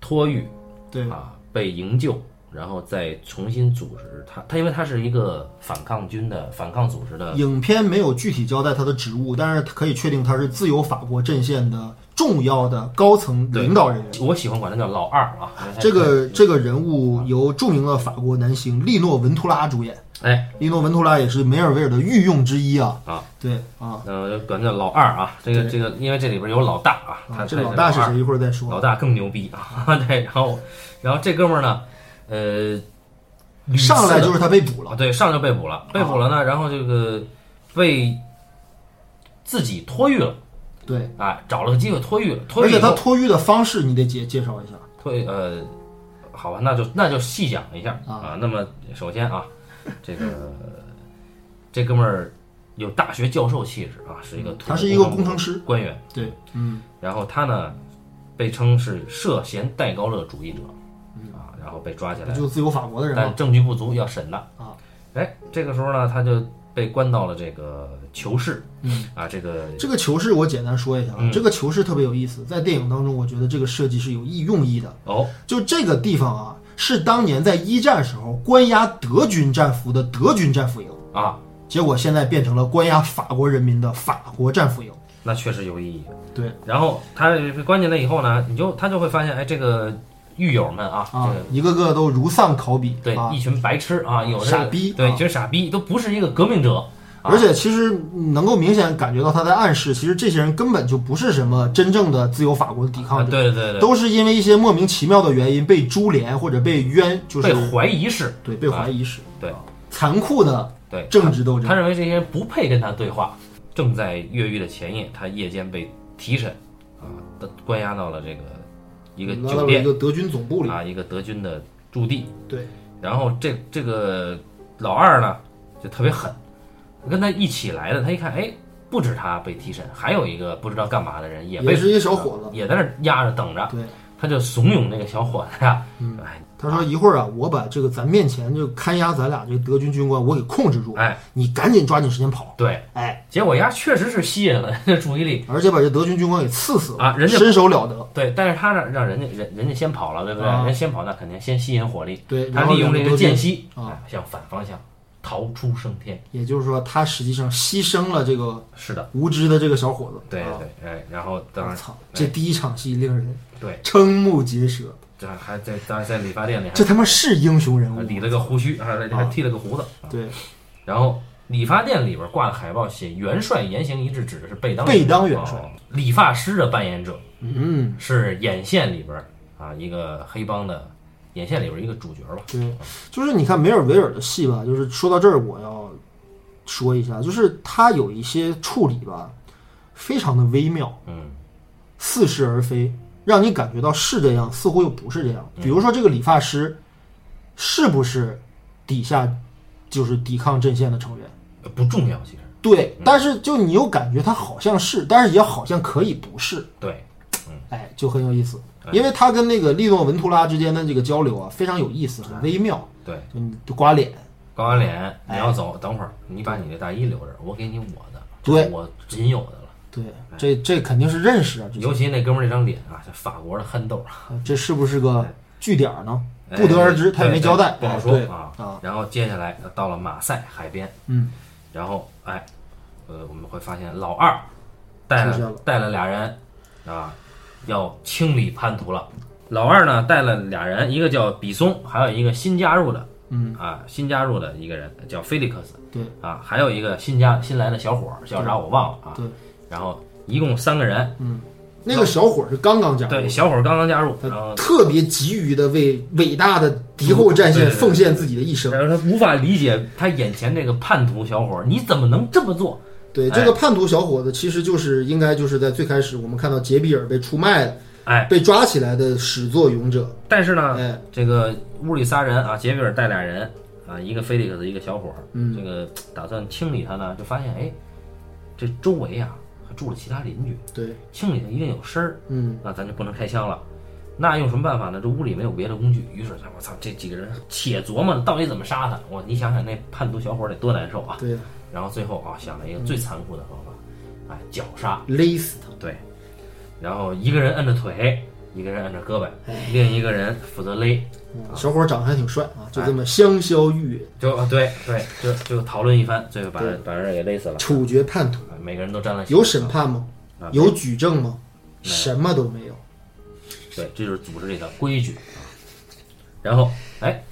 [SPEAKER 1] 脱狱
[SPEAKER 2] 对，
[SPEAKER 1] 啊，被营救，然后再重新组织他，他因为他是一个反抗军的反抗组织的，
[SPEAKER 2] 影片没有具体交代他的职务，但是可以确定他是自由法国阵线的重要的高层领导人员。
[SPEAKER 1] 我喜欢管他叫老二啊，因为他
[SPEAKER 2] 这个这个人物由著名的法国男星利诺·文图拉主演，
[SPEAKER 1] 哎
[SPEAKER 2] 利诺·文图拉也是梅尔维尔的御用之一啊。
[SPEAKER 1] 啊，
[SPEAKER 2] 对啊，
[SPEAKER 1] 呃，管他叫老二啊，这个
[SPEAKER 2] 对
[SPEAKER 1] 这个，因为这里边有老大啊，他
[SPEAKER 2] 啊这
[SPEAKER 1] 他
[SPEAKER 2] 老大是
[SPEAKER 1] 二
[SPEAKER 2] 谁？一会儿再说。
[SPEAKER 1] 老大更牛逼啊！ 对，然后，然后这哥们儿呢，呃，屡次
[SPEAKER 2] 上来就是啊他被捕
[SPEAKER 1] 啊，
[SPEAKER 2] 了。
[SPEAKER 1] 对，上来就被捕了，被捕了呢，然后这个被自己脱狱了
[SPEAKER 2] 对，
[SPEAKER 1] 啊，找了个机会脱狱了，脱
[SPEAKER 2] 而
[SPEAKER 1] 狱以
[SPEAKER 2] 且
[SPEAKER 1] 后
[SPEAKER 2] 他脱狱的方式你得介介绍一下。
[SPEAKER 1] 脱狱呃，好吧，那就那就细讲一下
[SPEAKER 2] 啊
[SPEAKER 1] 啊。那么首先啊，这个这哥们儿有大学教授气质啊，是一个
[SPEAKER 2] 嗯他是一个工程
[SPEAKER 1] 师
[SPEAKER 2] 师，
[SPEAKER 1] 官员，
[SPEAKER 2] 对，嗯，
[SPEAKER 1] 然后他呢被称是涉嫌戴高乐主义者啊，然后被抓起
[SPEAKER 2] 不
[SPEAKER 1] 来。
[SPEAKER 2] 就自由法国嗯的人啊
[SPEAKER 1] 但
[SPEAKER 2] 吗？
[SPEAKER 1] 证据不足，要审的
[SPEAKER 2] 啊。
[SPEAKER 1] 哎，这个时候呢，他就被关到了这个囚室，
[SPEAKER 2] 嗯
[SPEAKER 1] 啊，这个
[SPEAKER 2] 这个囚室我简单说一下啊，
[SPEAKER 1] 嗯
[SPEAKER 2] 这个囚室特别有意思，在电影当中，我觉得这个设计是有意用意的。
[SPEAKER 1] 哦，
[SPEAKER 2] 就这个地方啊，是当年在一战时候关押德军战俘的德军战俘营，
[SPEAKER 1] 啊，
[SPEAKER 2] 结果现在变成了关押法国人民的法国战俘营。
[SPEAKER 1] 那确实有意义。
[SPEAKER 2] 对，
[SPEAKER 1] 然后他被关进来以后呢，你就他就会发现，哎，这个狱友们啊，
[SPEAKER 2] 啊
[SPEAKER 1] 这个，
[SPEAKER 2] 一个个都如丧考妣，
[SPEAKER 1] 对、
[SPEAKER 2] 啊
[SPEAKER 1] 一，群白痴啊，有这个
[SPEAKER 2] 傻逼
[SPEAKER 1] 对，
[SPEAKER 2] 啊
[SPEAKER 1] 一群傻逼，都不是一个革命者，啊
[SPEAKER 2] 而且其实能够明显感觉到他在暗示，其实这些人根本就不是什么真正的自由法国的抵
[SPEAKER 1] 啊，
[SPEAKER 2] 抗者，
[SPEAKER 1] 对对对对，
[SPEAKER 2] 都是因为一些莫名其妙的原因被株连或者被冤，就是
[SPEAKER 1] 被怀疑是，
[SPEAKER 2] 对被怀疑是，
[SPEAKER 1] 对
[SPEAKER 2] 残酷的
[SPEAKER 1] 对，
[SPEAKER 2] 政治斗
[SPEAKER 1] 他
[SPEAKER 2] 争，
[SPEAKER 1] 认为这些人不配跟他对话。正在越狱的前夜，他夜间被提审，啊，他关押到了这个一个
[SPEAKER 2] 拉
[SPEAKER 1] 酒
[SPEAKER 2] 到了
[SPEAKER 1] 店
[SPEAKER 2] 一。个德军总部里，
[SPEAKER 1] 啊，一个德军的驻地。
[SPEAKER 2] 对，
[SPEAKER 1] 然后这这个老二呢，就特别狠，跟他一起来的，他一看，哎，不止他被提审，还有一个不知道干嘛的人也被啊
[SPEAKER 2] 也是一个小伙子。
[SPEAKER 1] 也在那儿压着等着，
[SPEAKER 2] 对，
[SPEAKER 1] 他就怂恿那个小伙子呀，
[SPEAKER 2] 嗯
[SPEAKER 1] 哎
[SPEAKER 2] 他说一会儿啊，我把这个咱面前这个看押咱俩这个德军军官我给控制住，
[SPEAKER 1] 哎，
[SPEAKER 2] 你赶紧抓紧时间跑，
[SPEAKER 1] 对，
[SPEAKER 2] 哎，
[SPEAKER 1] 结果丫确实是吸引了 人家注意力。
[SPEAKER 2] 而且把这德军军官给刺死了
[SPEAKER 1] 哎啊人家
[SPEAKER 2] 身手了得，
[SPEAKER 1] 对，但是他让让人家人人家先跑了，对不对？
[SPEAKER 2] 啊
[SPEAKER 1] 人先跑，那肯定先吸引火力。
[SPEAKER 2] 对，
[SPEAKER 1] 他
[SPEAKER 2] 然后
[SPEAKER 1] 利用这
[SPEAKER 2] 德
[SPEAKER 1] 个
[SPEAKER 2] 军
[SPEAKER 1] 间，隙，
[SPEAKER 2] 啊
[SPEAKER 1] 哎向反方向逃出升天。
[SPEAKER 2] 也就是说他实际上牺牲了这个
[SPEAKER 1] 是的，
[SPEAKER 2] 无知的这个小伙子，
[SPEAKER 1] 对
[SPEAKER 2] 啊
[SPEAKER 1] 对，哎，然后当
[SPEAKER 2] 我
[SPEAKER 1] 然
[SPEAKER 2] 操，这第一场戏令人
[SPEAKER 1] 对，
[SPEAKER 2] 瞠目结舌，
[SPEAKER 1] 这还在当然在理发店里还
[SPEAKER 2] 这他啊妈是英雄人物
[SPEAKER 1] 还
[SPEAKER 2] 吗，
[SPEAKER 1] 理了个胡须，啊还还剃了个胡子。
[SPEAKER 2] 对，
[SPEAKER 1] 然后理发店里边挂的海报写“元帅言行一致”，指的是贝当
[SPEAKER 2] 贝当元帅
[SPEAKER 1] 哦理发师的扮演者
[SPEAKER 2] 嗯，
[SPEAKER 1] 是眼线里边啊一个黑帮的眼线里边一个主角吧。
[SPEAKER 2] 对，就是你看梅尔维尔的戏吧，就是说到这儿，我要说一下，就是他有一些处理吧，非常的微妙，
[SPEAKER 1] 嗯，
[SPEAKER 2] 似是而非，让你感觉到是这样，似乎又不是这样。比如说这个理发师，是不是底下就是抵抗阵线的成员？
[SPEAKER 1] 呃不重要，其实
[SPEAKER 2] 对，但是就你又感觉他好像是，但是也好像可以不是，
[SPEAKER 1] 对，
[SPEAKER 2] 哎，就很有意思。因为他跟那个利诺文图拉之间的这个交流啊，非常有意思，很微妙。
[SPEAKER 1] 对，
[SPEAKER 2] 就你就刮脸，
[SPEAKER 1] 刮完脸你要走，等会儿你把你的大衣留着，我给你我的，
[SPEAKER 2] 对
[SPEAKER 1] 这是我仅有的了。
[SPEAKER 2] 对，
[SPEAKER 1] 哎
[SPEAKER 2] 这这肯定是认识啊，这
[SPEAKER 1] 尤其那哥们儿那张脸啊，这法国的憨豆啊，
[SPEAKER 2] 这是不是个据点儿呢？
[SPEAKER 1] 哎
[SPEAKER 2] 不得而知，他也
[SPEAKER 1] 对
[SPEAKER 2] 没
[SPEAKER 1] 对
[SPEAKER 2] 交代，
[SPEAKER 1] 不好
[SPEAKER 2] 哎
[SPEAKER 1] 说
[SPEAKER 2] 对
[SPEAKER 1] 啊
[SPEAKER 2] 啊，
[SPEAKER 1] 然后接下来到了马赛海边，
[SPEAKER 2] 嗯，
[SPEAKER 1] 然后哎，呃，我们会发现老二带
[SPEAKER 2] 出现
[SPEAKER 1] 了
[SPEAKER 2] 了
[SPEAKER 1] 带了俩人啊，要清理叛徒了。老二呢带了俩人，一个叫比松，还有一个新加入的，
[SPEAKER 2] 嗯
[SPEAKER 1] 啊，新加入的一个人叫菲利克斯
[SPEAKER 2] 对
[SPEAKER 1] 啊，还有一个新加新来的小伙儿叫啥我忘了啊。
[SPEAKER 2] 对，
[SPEAKER 1] 然后一共三个人，
[SPEAKER 2] 那个小伙儿是刚刚加入
[SPEAKER 1] 对，，小伙儿刚刚加入，然后
[SPEAKER 2] 他特别急于的为伟大的敌后
[SPEAKER 1] 嗯
[SPEAKER 2] 战
[SPEAKER 1] 对
[SPEAKER 2] 线
[SPEAKER 1] 对对
[SPEAKER 2] 奉献自己的一生。
[SPEAKER 1] 然后他无法理解他眼前这个叛徒小伙儿，你怎么能这么做？
[SPEAKER 2] 对
[SPEAKER 1] 哎
[SPEAKER 2] 这个叛徒小伙子，其实就是应该就是在最开始我们看到杰比尔被出卖的、
[SPEAKER 1] 哎，嗯
[SPEAKER 2] 被抓起来的始作俑者。
[SPEAKER 1] 但是呢，
[SPEAKER 2] 哎，
[SPEAKER 1] 这个屋里仨人啊，杰比尔带俩人啊，一个菲利克斯，一个小伙儿，这个打算清理他呢，就发现哎，这周围啊还住了其他邻居，
[SPEAKER 2] 对，
[SPEAKER 1] 清理他一定有声儿，
[SPEAKER 2] 嗯，
[SPEAKER 1] 那咱就不能开枪了。那用什么办法呢？这屋里没有别的工具，于是我操，这几个人且琢磨到底怎么杀他。我你想想那叛徒小伙儿得多难受啊！
[SPEAKER 2] 对
[SPEAKER 1] 然后最后啊，想了一个最残酷的方法，哎，绞杀。
[SPEAKER 2] 勒死他。
[SPEAKER 1] 对，然后一个人摁着腿，一个人摁着胳膊，
[SPEAKER 2] 哎
[SPEAKER 1] 另一个人负责勒，
[SPEAKER 2] 嗯小伙儿长得还挺帅
[SPEAKER 1] 哎
[SPEAKER 2] 啊，就这么香消玉殒，
[SPEAKER 1] 就啊对对，就就讨论一番，最后把
[SPEAKER 2] 对
[SPEAKER 1] 把人给勒死了。
[SPEAKER 2] 处决叛徒。
[SPEAKER 1] 啊每个人都沾了血
[SPEAKER 2] 有审判吗
[SPEAKER 1] 啊？
[SPEAKER 2] 有举证吗？
[SPEAKER 1] 没有
[SPEAKER 2] 什么都没有。
[SPEAKER 1] 对，这就是组织里的规矩啊。然后，哎，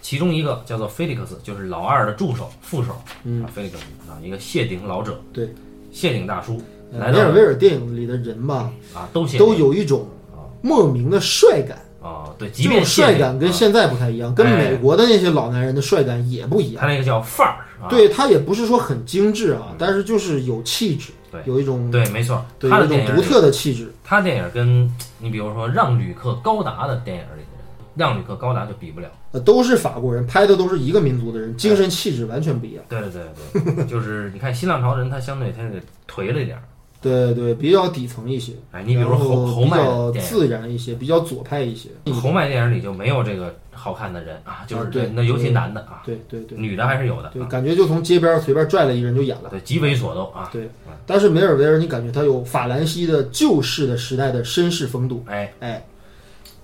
[SPEAKER 1] 其中一个叫做菲利克斯，就是老二的助手、副手，
[SPEAKER 2] 嗯
[SPEAKER 1] 啊，菲利克斯啊，一个谢顶老者，
[SPEAKER 2] 对，
[SPEAKER 1] 谢顶大叔来
[SPEAKER 2] 梅
[SPEAKER 1] 到
[SPEAKER 2] 尔维尔电影里的人吧，
[SPEAKER 1] 啊，都谢
[SPEAKER 2] 都
[SPEAKER 1] 顶
[SPEAKER 2] 有一种
[SPEAKER 1] 啊
[SPEAKER 2] 莫名的帅感，
[SPEAKER 1] 啊，对，
[SPEAKER 2] 这
[SPEAKER 1] 即
[SPEAKER 2] 种
[SPEAKER 1] 便谢
[SPEAKER 2] 帅
[SPEAKER 1] 顶
[SPEAKER 2] 感跟
[SPEAKER 1] 啊
[SPEAKER 2] 现在不太一样，跟
[SPEAKER 1] 哎
[SPEAKER 2] 美国的那些老男人的帅感也不一样
[SPEAKER 1] 他。那个叫范儿啊，
[SPEAKER 2] 对他也不是说很精致啊，但是就是有气质
[SPEAKER 1] 嗯对，
[SPEAKER 2] 有一种
[SPEAKER 1] 对，没错，
[SPEAKER 2] 对
[SPEAKER 1] 他
[SPEAKER 2] 有一
[SPEAKER 1] 的电
[SPEAKER 2] 种
[SPEAKER 1] 影
[SPEAKER 2] 独
[SPEAKER 1] 里
[SPEAKER 2] 特的气质。
[SPEAKER 1] 他电影跟你比如说《让旅客高达》的电影里的人，《让旅客高达》就比不了。
[SPEAKER 2] 呃，都是法国人，拍的都是一个民族的人，精神气质完全不一样。
[SPEAKER 1] 对对对对，就是你看新浪潮人，他相对他得颓了一点儿。
[SPEAKER 2] 对对，比较底层一些，
[SPEAKER 1] 哎，你比如说
[SPEAKER 2] 然后
[SPEAKER 1] 侯侯
[SPEAKER 2] 比
[SPEAKER 1] 麦
[SPEAKER 2] 较
[SPEAKER 1] 的电
[SPEAKER 2] 自然一些，比较左派一些。
[SPEAKER 1] 影，侯麦电影里就没有这个好看的人啊，就是
[SPEAKER 2] 嗯啊对
[SPEAKER 1] 那尤其男的啊，
[SPEAKER 2] 对对对
[SPEAKER 1] 女的还是有的
[SPEAKER 2] 对，
[SPEAKER 1] 啊，
[SPEAKER 2] 感觉就从街边随便拽了一人就演了。
[SPEAKER 1] 对，极猥琐都啊，
[SPEAKER 2] 对，但是梅尔维尔，你感觉他有法兰西的旧式的时代的绅士风度。
[SPEAKER 1] 哎
[SPEAKER 2] 哎，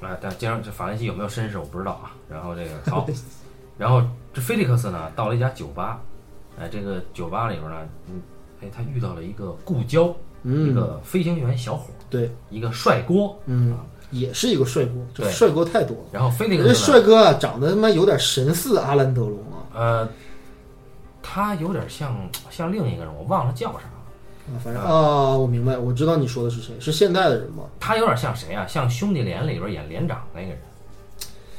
[SPEAKER 1] 啊，但加上这法兰西有没有绅士我不知道啊。然后这个好， 然后这菲利克斯呢到了一家酒吧，哎，这个酒吧里边呢，嗯，哎，他遇到了一个故交，一
[SPEAKER 2] 嗯，
[SPEAKER 1] 个飞行员小伙。
[SPEAKER 2] 对，
[SPEAKER 1] 一个帅锅，
[SPEAKER 2] 嗯，也是一个帅哥，这
[SPEAKER 1] 对
[SPEAKER 2] 帅哥太多了。
[SPEAKER 1] 然后菲利
[SPEAKER 2] 人家
[SPEAKER 1] 克斯呢，
[SPEAKER 2] 帅哥啊，长得他妈有点神似阿兰德龙啊，
[SPEAKER 1] 呃，他有点像像另一个人，我忘了叫啥了。
[SPEAKER 2] 啊反
[SPEAKER 1] 嗯
[SPEAKER 2] 正啊，我明白，我知道你说的是谁，是现代的人吗？
[SPEAKER 1] 他有点像谁啊？像《兄弟连》里边演连长那个人，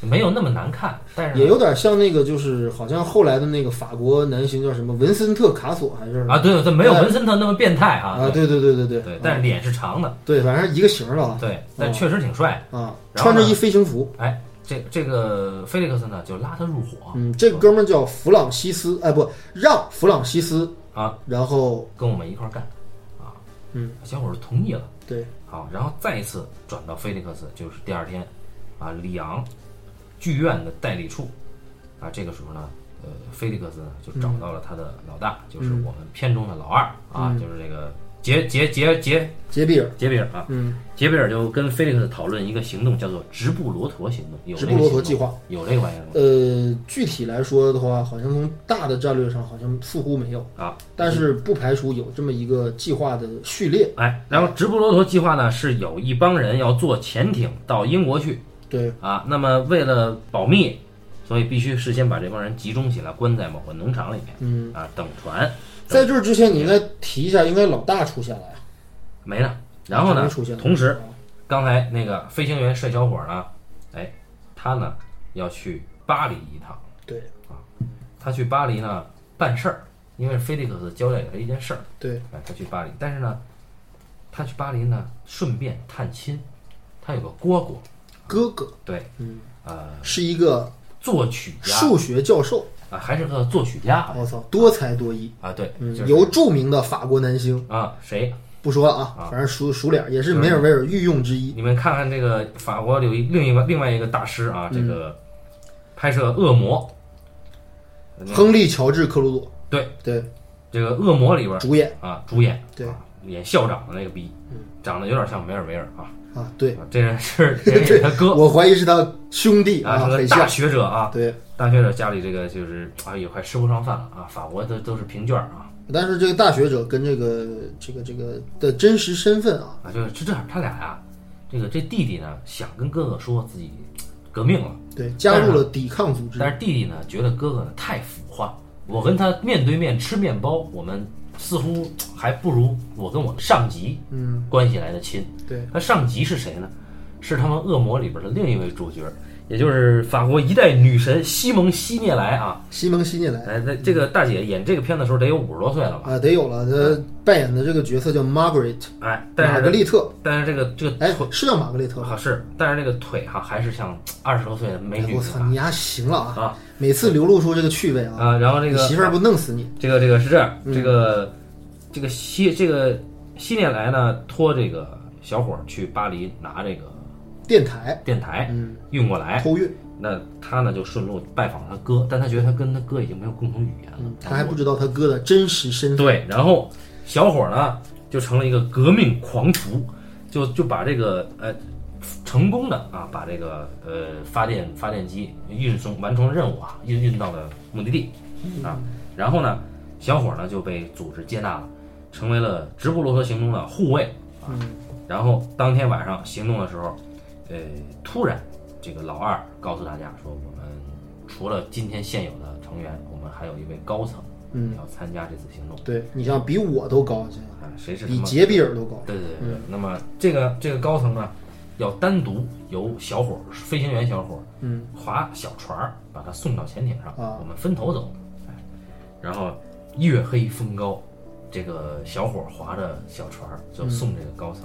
[SPEAKER 1] 没有那么难看，但是
[SPEAKER 2] 也有点像那个，就是好像后来的那个法国男星叫什么文森特·卡索还是
[SPEAKER 1] 啊，对对对，没有
[SPEAKER 2] 对
[SPEAKER 1] 文森特那么变态啊。
[SPEAKER 2] 啊？对对对对对哦
[SPEAKER 1] 对，
[SPEAKER 2] 啊
[SPEAKER 1] 但是脸是长的，
[SPEAKER 2] 对，反正一个型儿了
[SPEAKER 1] 对，但确实挺帅。
[SPEAKER 2] 啊，
[SPEAKER 1] 然后
[SPEAKER 2] 穿
[SPEAKER 1] 呢
[SPEAKER 2] 着一飞行服。
[SPEAKER 1] 哎，这这个菲利克斯呢，就拉他入伙
[SPEAKER 2] 嗯，这哥们儿叫弗朗西斯，哎，不让弗朗西斯，
[SPEAKER 1] 啊，
[SPEAKER 2] 然后
[SPEAKER 1] 跟我们一块儿干啊。
[SPEAKER 2] 嗯，
[SPEAKER 1] 小伙儿同意了。
[SPEAKER 2] 对，
[SPEAKER 1] 好，然后再一次转到菲利克斯，就是第二天，啊，里昂剧院的代理处，啊，这个时候呢，呃，菲利克斯呢就找
[SPEAKER 2] 嗯
[SPEAKER 1] 到了他的老大，就是我们片中的老二啊，就是这个杰杰杰杰
[SPEAKER 2] 杰比尔，
[SPEAKER 1] 杰比尔啊，
[SPEAKER 2] 嗯，
[SPEAKER 1] 杰比尔就跟菲利克斯讨论一个行动，叫做直布罗陀行动，有
[SPEAKER 2] 直
[SPEAKER 1] 这
[SPEAKER 2] 布
[SPEAKER 1] 个
[SPEAKER 2] 罗
[SPEAKER 1] 行
[SPEAKER 2] 陀
[SPEAKER 1] 动
[SPEAKER 2] 计划。
[SPEAKER 1] 有这个玩意儿吗？
[SPEAKER 2] 呃，具体来说的话，好像从大的战略上好像似乎没有，
[SPEAKER 1] 啊，
[SPEAKER 2] 但是不排除有这么一个计划的序列。
[SPEAKER 1] 哎，然后直布罗陀计划呢是有一帮人要坐潜艇到英国去，
[SPEAKER 2] 对，
[SPEAKER 1] 啊，那么为了保密，所以必须事先把这帮人集中起来，关在某个农场里面，
[SPEAKER 2] 嗯，
[SPEAKER 1] 啊，等船
[SPEAKER 2] 在这儿之前，你应该提一下，应该老大出现了呀。
[SPEAKER 1] 没了。然后
[SPEAKER 2] 还
[SPEAKER 1] 呢
[SPEAKER 2] 没出现，
[SPEAKER 1] 同时，刚才那个飞行员帅小伙呢，哎，他呢要去巴黎一趟，
[SPEAKER 2] 对
[SPEAKER 1] 他去巴黎呢办事儿，因为菲利克斯交代给他一件事儿，
[SPEAKER 2] 对，
[SPEAKER 1] 哎，他去巴黎，但是呢，他去巴黎呢，顺便探亲，他有个蝈蝈，
[SPEAKER 2] 哥哥
[SPEAKER 1] 对，
[SPEAKER 2] 嗯
[SPEAKER 1] 呃，
[SPEAKER 2] 是一个
[SPEAKER 1] 作曲家
[SPEAKER 2] 数学教授，
[SPEAKER 1] 啊，还是个作曲家
[SPEAKER 2] 我操，多才多艺，
[SPEAKER 1] 啊，对，
[SPEAKER 2] 嗯
[SPEAKER 1] 就，是
[SPEAKER 2] 由著名的法国男星
[SPEAKER 1] 啊，谁？
[SPEAKER 2] 不说了啊，
[SPEAKER 1] 啊
[SPEAKER 2] 反正熟熟脸儿也是
[SPEAKER 1] 就是
[SPEAKER 2] 梅尔维尔御用之一。
[SPEAKER 1] 你们看看这个法国有一另一个另外一个大师
[SPEAKER 2] 嗯
[SPEAKER 1] 啊，这个拍摄《恶魔》，
[SPEAKER 2] 亨利·乔治·克鲁佐，
[SPEAKER 1] 嗯对
[SPEAKER 2] 对，
[SPEAKER 1] 这个《恶魔》里边
[SPEAKER 2] 主演
[SPEAKER 1] 啊，主演
[SPEAKER 2] 对
[SPEAKER 1] 啊演校长的那个逼，长得有点像梅尔维尔啊，
[SPEAKER 2] 啊，对，
[SPEAKER 1] 啊这人 是 这人是他哥
[SPEAKER 2] 我怀疑是他兄弟
[SPEAKER 1] 啊，是
[SPEAKER 2] 很
[SPEAKER 1] 个
[SPEAKER 2] 像
[SPEAKER 1] 大。学者啊，
[SPEAKER 2] 对，
[SPEAKER 1] 大学者家里这个就是啊，也快吃不上饭了啊，法国都都是平卷儿啊
[SPEAKER 2] 但是这个大学者跟这个这个这个的真实身份啊，
[SPEAKER 1] 啊，就是这这他俩呀、这个这弟弟呢想跟哥哥说自己革命了，
[SPEAKER 2] 对，加入了抵抗组织
[SPEAKER 1] 但，是弟弟呢觉得哥哥呢太腐化，我跟他面对面吃面包，我们似乎还不如我跟我上级
[SPEAKER 2] 嗯，
[SPEAKER 1] 关系来的亲。
[SPEAKER 2] 对，
[SPEAKER 1] 他上级是谁呢？是他们恶魔里边的另一位主角，也就是法国一代女神西蒙希涅莱啊。
[SPEAKER 2] 西蒙·希涅莱
[SPEAKER 1] 哎，那这个大姐演这个片的时候得有五十多岁了吧？
[SPEAKER 2] 啊，得有了，他扮演的这个角色叫 Margaret
[SPEAKER 1] 哎，但
[SPEAKER 2] 玛格
[SPEAKER 1] 是
[SPEAKER 2] 丽特，
[SPEAKER 1] 但是这个这个
[SPEAKER 2] 哎，是叫玛格丽特吧？
[SPEAKER 1] 啊是，但是这个腿哈、还是像二十多岁的美
[SPEAKER 2] 哎
[SPEAKER 1] 女
[SPEAKER 2] 我操，
[SPEAKER 1] 啊
[SPEAKER 2] 你丫行了啊！
[SPEAKER 1] 啊
[SPEAKER 2] 每次流露出这个趣味啊，
[SPEAKER 1] 啊，然后这
[SPEAKER 2] 你
[SPEAKER 1] 个
[SPEAKER 2] 媳妇儿不弄死你？
[SPEAKER 1] 这个这个是这样，
[SPEAKER 2] 嗯
[SPEAKER 1] 这个这个西这个西涅莱呢，托这个小伙儿去巴黎拿这个
[SPEAKER 2] 电台，
[SPEAKER 1] 电台
[SPEAKER 2] 嗯，
[SPEAKER 1] 运过来，
[SPEAKER 2] 偷运，
[SPEAKER 1] 那他呢就顺路拜访他哥，但他觉得他跟他哥已经没有共同语言了
[SPEAKER 2] 嗯，他还不知道他哥的真实身份。
[SPEAKER 1] 对，然后小伙儿呢就成了一个革命狂徒，就就把这个呃成功的啊把这个呃发电发电机运送完成了任务啊运运到了目的地
[SPEAKER 2] 嗯
[SPEAKER 1] 啊，然后呢小伙儿呢就被组织接纳了，成为了直布罗陀行动的护卫。啊
[SPEAKER 2] 嗯，
[SPEAKER 1] 然后当天晚上行动的时候，呃，突然这个老二告诉大家说，我们除了今天现有的成员，我们还有一位高层，
[SPEAKER 2] 嗯
[SPEAKER 1] 要参加这次行动。
[SPEAKER 2] 对你像比我都高，这个
[SPEAKER 1] 啊，谁是他
[SPEAKER 2] 比
[SPEAKER 1] 妈？
[SPEAKER 2] 杰比尔都高。
[SPEAKER 1] 对对对对。那么这个这个高层呢，要单独由小伙儿飞行员小伙儿
[SPEAKER 2] 嗯，
[SPEAKER 1] 划小船儿把他送到潜艇上，
[SPEAKER 2] 啊
[SPEAKER 1] 我们分头走。哎然后月黑风高，这个小伙儿划着小船儿就送这个高层。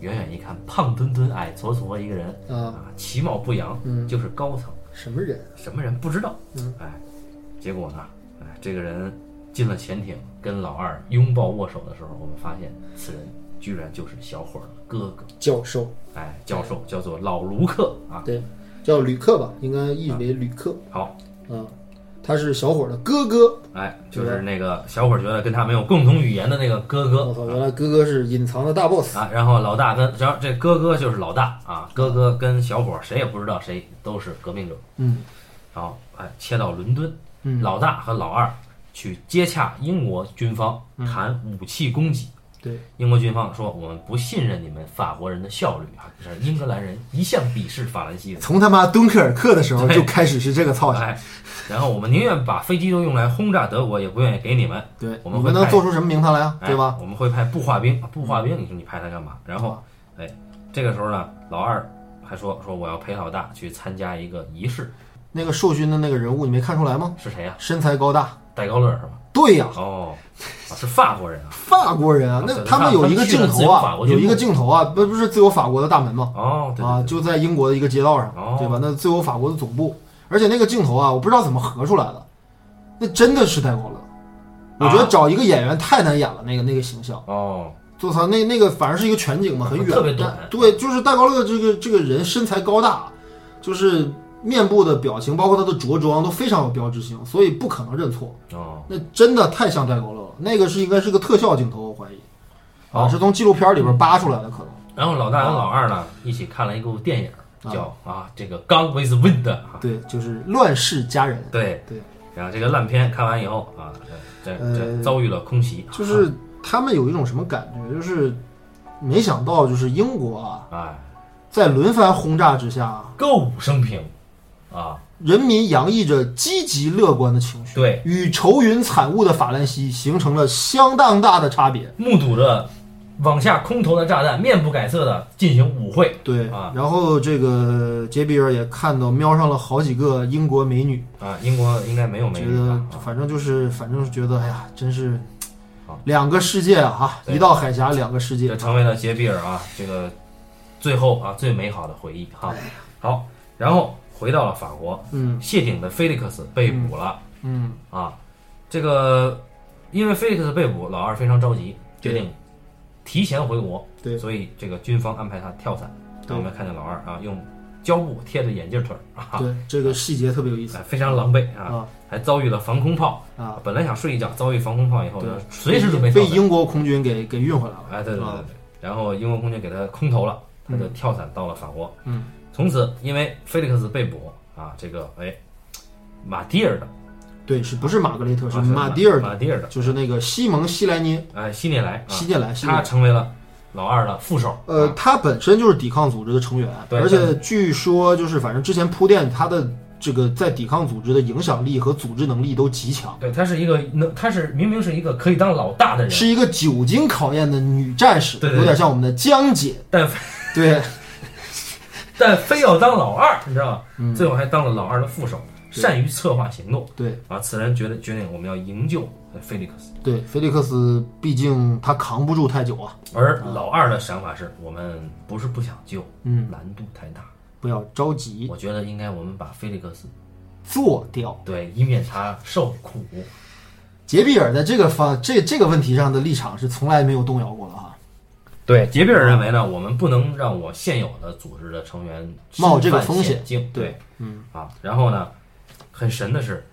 [SPEAKER 1] 远远一看，胖墩墩、矮矬矬一个人
[SPEAKER 2] 嗯啊，嗯
[SPEAKER 1] 其貌不扬，就是高层，
[SPEAKER 2] 什么人？
[SPEAKER 1] 什么人不知道。哎，结果呢，哎，这个人进了潜艇，跟老二拥抱握手的时候，我们发现此人居然就是小伙儿的哥哥，
[SPEAKER 2] 教授，
[SPEAKER 1] 哎，教授叫做老卢克啊。
[SPEAKER 2] 对，叫吕克吧，应该译为吕克。
[SPEAKER 1] 好，
[SPEAKER 2] 嗯，他是小伙的哥哥。
[SPEAKER 1] 哎，就是那个小伙儿觉得跟他没有共同语言的那个哥
[SPEAKER 2] 我
[SPEAKER 1] 哥
[SPEAKER 2] 操，原来哥哥是隐藏的大 boss。
[SPEAKER 1] 啊，然后老大跟然后这哥哥就是老大啊，哥哥跟小伙儿谁也不知道谁都是革命者，
[SPEAKER 2] 嗯
[SPEAKER 1] 然后哎切到伦敦，
[SPEAKER 2] 嗯，
[SPEAKER 1] 老大和老二去接洽英国军方谈武器供给。
[SPEAKER 2] 对，
[SPEAKER 1] 英国军方说：“我们不信任你们法国人的效率啊！这英格兰人一向鄙视法兰西人，
[SPEAKER 2] 从他妈敦刻尔克的时候
[SPEAKER 1] 对
[SPEAKER 2] 开始是这个操性。
[SPEAKER 1] 哎，然后我们宁愿把飞机都用来轰炸德国，也不愿意给你们。
[SPEAKER 2] 对，
[SPEAKER 1] 我
[SPEAKER 2] 你
[SPEAKER 1] 们会
[SPEAKER 2] 们能
[SPEAKER 1] 派
[SPEAKER 2] 做出什么名堂来啊？
[SPEAKER 1] 哎
[SPEAKER 2] 对吧？
[SPEAKER 1] 我们会派步话兵，啊步话兵，你说你派他干嘛？然后，哎，这个时候呢，老二还说说我要陪老大去参加一个仪式，
[SPEAKER 2] 那个受训的那个人物，你没看出来吗？
[SPEAKER 1] 是谁呀、
[SPEAKER 2] 身材高大。
[SPEAKER 1] 戴高乐是吧？
[SPEAKER 2] 对呀，
[SPEAKER 1] 哦，啊是法国人啊。
[SPEAKER 2] 法国人啊，
[SPEAKER 1] 啊
[SPEAKER 2] 那
[SPEAKER 1] 对
[SPEAKER 2] 他们有一个镜头
[SPEAKER 1] 他们去了自由法
[SPEAKER 2] 啊，
[SPEAKER 1] 国
[SPEAKER 2] 有
[SPEAKER 1] 军
[SPEAKER 2] 一个
[SPEAKER 1] 队
[SPEAKER 2] 镜头啊，不不是自由法国的大门吗？
[SPEAKER 1] 哦，对
[SPEAKER 2] 啊，
[SPEAKER 1] 对
[SPEAKER 2] 就在英国的一个街道上，
[SPEAKER 1] 哦
[SPEAKER 2] 对吧？那自由法国的总部，而且那个镜头啊，我不知道怎么合出来的，那真的是戴高乐。我
[SPEAKER 1] 啊
[SPEAKER 2] 觉得找一个演员太难演了，那个那个形象，
[SPEAKER 1] 对，哦，
[SPEAKER 2] 我操，那那个反而是一个全景嘛，很远，
[SPEAKER 1] 啊特别短
[SPEAKER 2] 但对，就是戴高乐这个这个人身材高大，就是面部的表情，包括他的着装都非常有标志性，所以不可能认错。
[SPEAKER 1] 哦，
[SPEAKER 2] 那真的太像戴高乐了，那个是应该是个特效镜头，我怀疑，啊，
[SPEAKER 1] 哦
[SPEAKER 2] 是从纪录片里边扒出来的，可能。
[SPEAKER 1] 然后老大跟老二呢一起看了一部电影，叫啊这个《Gun with Wind》啊，
[SPEAKER 2] 对，就是乱世佳人。
[SPEAKER 1] 对
[SPEAKER 2] 对，
[SPEAKER 1] 然后这个烂片看完以后啊，这这这
[SPEAKER 2] 呃
[SPEAKER 1] 遭遇了空袭，
[SPEAKER 2] 就是他们有一种什么感觉，就是没想到，就是英国啊，
[SPEAKER 1] 哎，
[SPEAKER 2] 在轮番轰炸之下，
[SPEAKER 1] 歌舞升平啊，
[SPEAKER 2] 人民洋溢着积极乐观的情绪，
[SPEAKER 1] 对，
[SPEAKER 2] 与愁云惨雾的法兰西形成了相当大的差别。
[SPEAKER 1] 目睹着往下空投的炸弹，面不改色的进行舞会，
[SPEAKER 2] 对，
[SPEAKER 1] 啊
[SPEAKER 2] 然后这个杰比尔也看到瞄上了好几个英国美女，
[SPEAKER 1] 啊，英国应该没有美
[SPEAKER 2] 觉
[SPEAKER 1] 女
[SPEAKER 2] 得
[SPEAKER 1] 吧？啊
[SPEAKER 2] 反正就是反正是觉得，哎呀，真是两个世界啊，
[SPEAKER 1] 对
[SPEAKER 2] 一道海峡两个世界
[SPEAKER 1] 这。成为了杰比尔啊这个最后啊最美好的回忆
[SPEAKER 2] 哎
[SPEAKER 1] 哈、好，然后回到了法国，
[SPEAKER 2] 嗯
[SPEAKER 1] 谢顶的菲利克斯被捕了、
[SPEAKER 2] 嗯，
[SPEAKER 1] 啊，这个因为菲利克斯被捕，老二非常着急，决定提前回国，
[SPEAKER 2] 对
[SPEAKER 1] 所以这个军方安排他跳伞。
[SPEAKER 2] 对
[SPEAKER 1] 我们看见老二啊用胶布贴着眼镜腿儿啊，
[SPEAKER 2] 对，这个细节特别有意思
[SPEAKER 1] 哎非常狼狈啊，
[SPEAKER 2] 啊
[SPEAKER 1] 还遭遇了防空炮。
[SPEAKER 2] 啊！
[SPEAKER 1] 本来想睡一觉，遭遇防空炮以后
[SPEAKER 2] 对
[SPEAKER 1] 呢，随时准备跳
[SPEAKER 2] 被
[SPEAKER 1] 伞。
[SPEAKER 2] 英国空军给给运回来了。
[SPEAKER 1] 哎，对对对
[SPEAKER 2] 啊
[SPEAKER 1] 对，然后英国空军给他空投了，他就跳伞到了法国。
[SPEAKER 2] 嗯，
[SPEAKER 1] 从此因为菲利克斯被捕啊，这个哎，马蒂尔的
[SPEAKER 2] 对，是不是玛格丽特？
[SPEAKER 1] 啊
[SPEAKER 2] 是
[SPEAKER 1] 是
[SPEAKER 2] 马蒂尔的，
[SPEAKER 1] 马蒂尔的，
[SPEAKER 2] 就是那个西蒙西莱涅
[SPEAKER 1] 哎，希涅莱啊，
[SPEAKER 2] 希涅莱希涅
[SPEAKER 1] 他
[SPEAKER 2] 莱。
[SPEAKER 1] 成为了老二的副手。
[SPEAKER 2] 呃，
[SPEAKER 1] 啊，
[SPEAKER 2] 他本身就是抵抗组织的成员，
[SPEAKER 1] 对
[SPEAKER 2] 而且据说就是反正之前铺垫他的这个在抵抗组织的影响力和组织能力都极强，
[SPEAKER 1] 啊对，他是一个能，他是明明是一个可以当老大的人，
[SPEAKER 2] 是一个久经考验的女战士，
[SPEAKER 1] 对对对
[SPEAKER 2] 有点像我们的江姐。
[SPEAKER 1] 但
[SPEAKER 2] 对，
[SPEAKER 1] 但非要当老二，你知道吗？
[SPEAKER 2] 嗯
[SPEAKER 1] 最后还当了老二的副手，善于策划行动
[SPEAKER 2] 对
[SPEAKER 1] 啊！此人决定决定我们要营救菲利克斯，
[SPEAKER 2] 对，菲利克斯毕竟他扛不住太久啊，
[SPEAKER 1] 而老二的想法是我们不是不想救，
[SPEAKER 2] 嗯，
[SPEAKER 1] 难度太大，
[SPEAKER 2] 不要着急，
[SPEAKER 1] 我觉得应该我们把菲利克斯
[SPEAKER 2] 做掉。
[SPEAKER 1] 对，以免他受苦。
[SPEAKER 2] 杰比尔在这个方这这个问题上的立场是从来没有动摇过的哈，
[SPEAKER 1] 对，杰比尔认为呢，我们不能让我现有的组织的成员
[SPEAKER 2] 冒这个
[SPEAKER 1] 身
[SPEAKER 2] 风
[SPEAKER 1] 犯
[SPEAKER 2] 险
[SPEAKER 1] 险境，
[SPEAKER 2] 对
[SPEAKER 1] 对，嗯啊，然后呢，很神的是，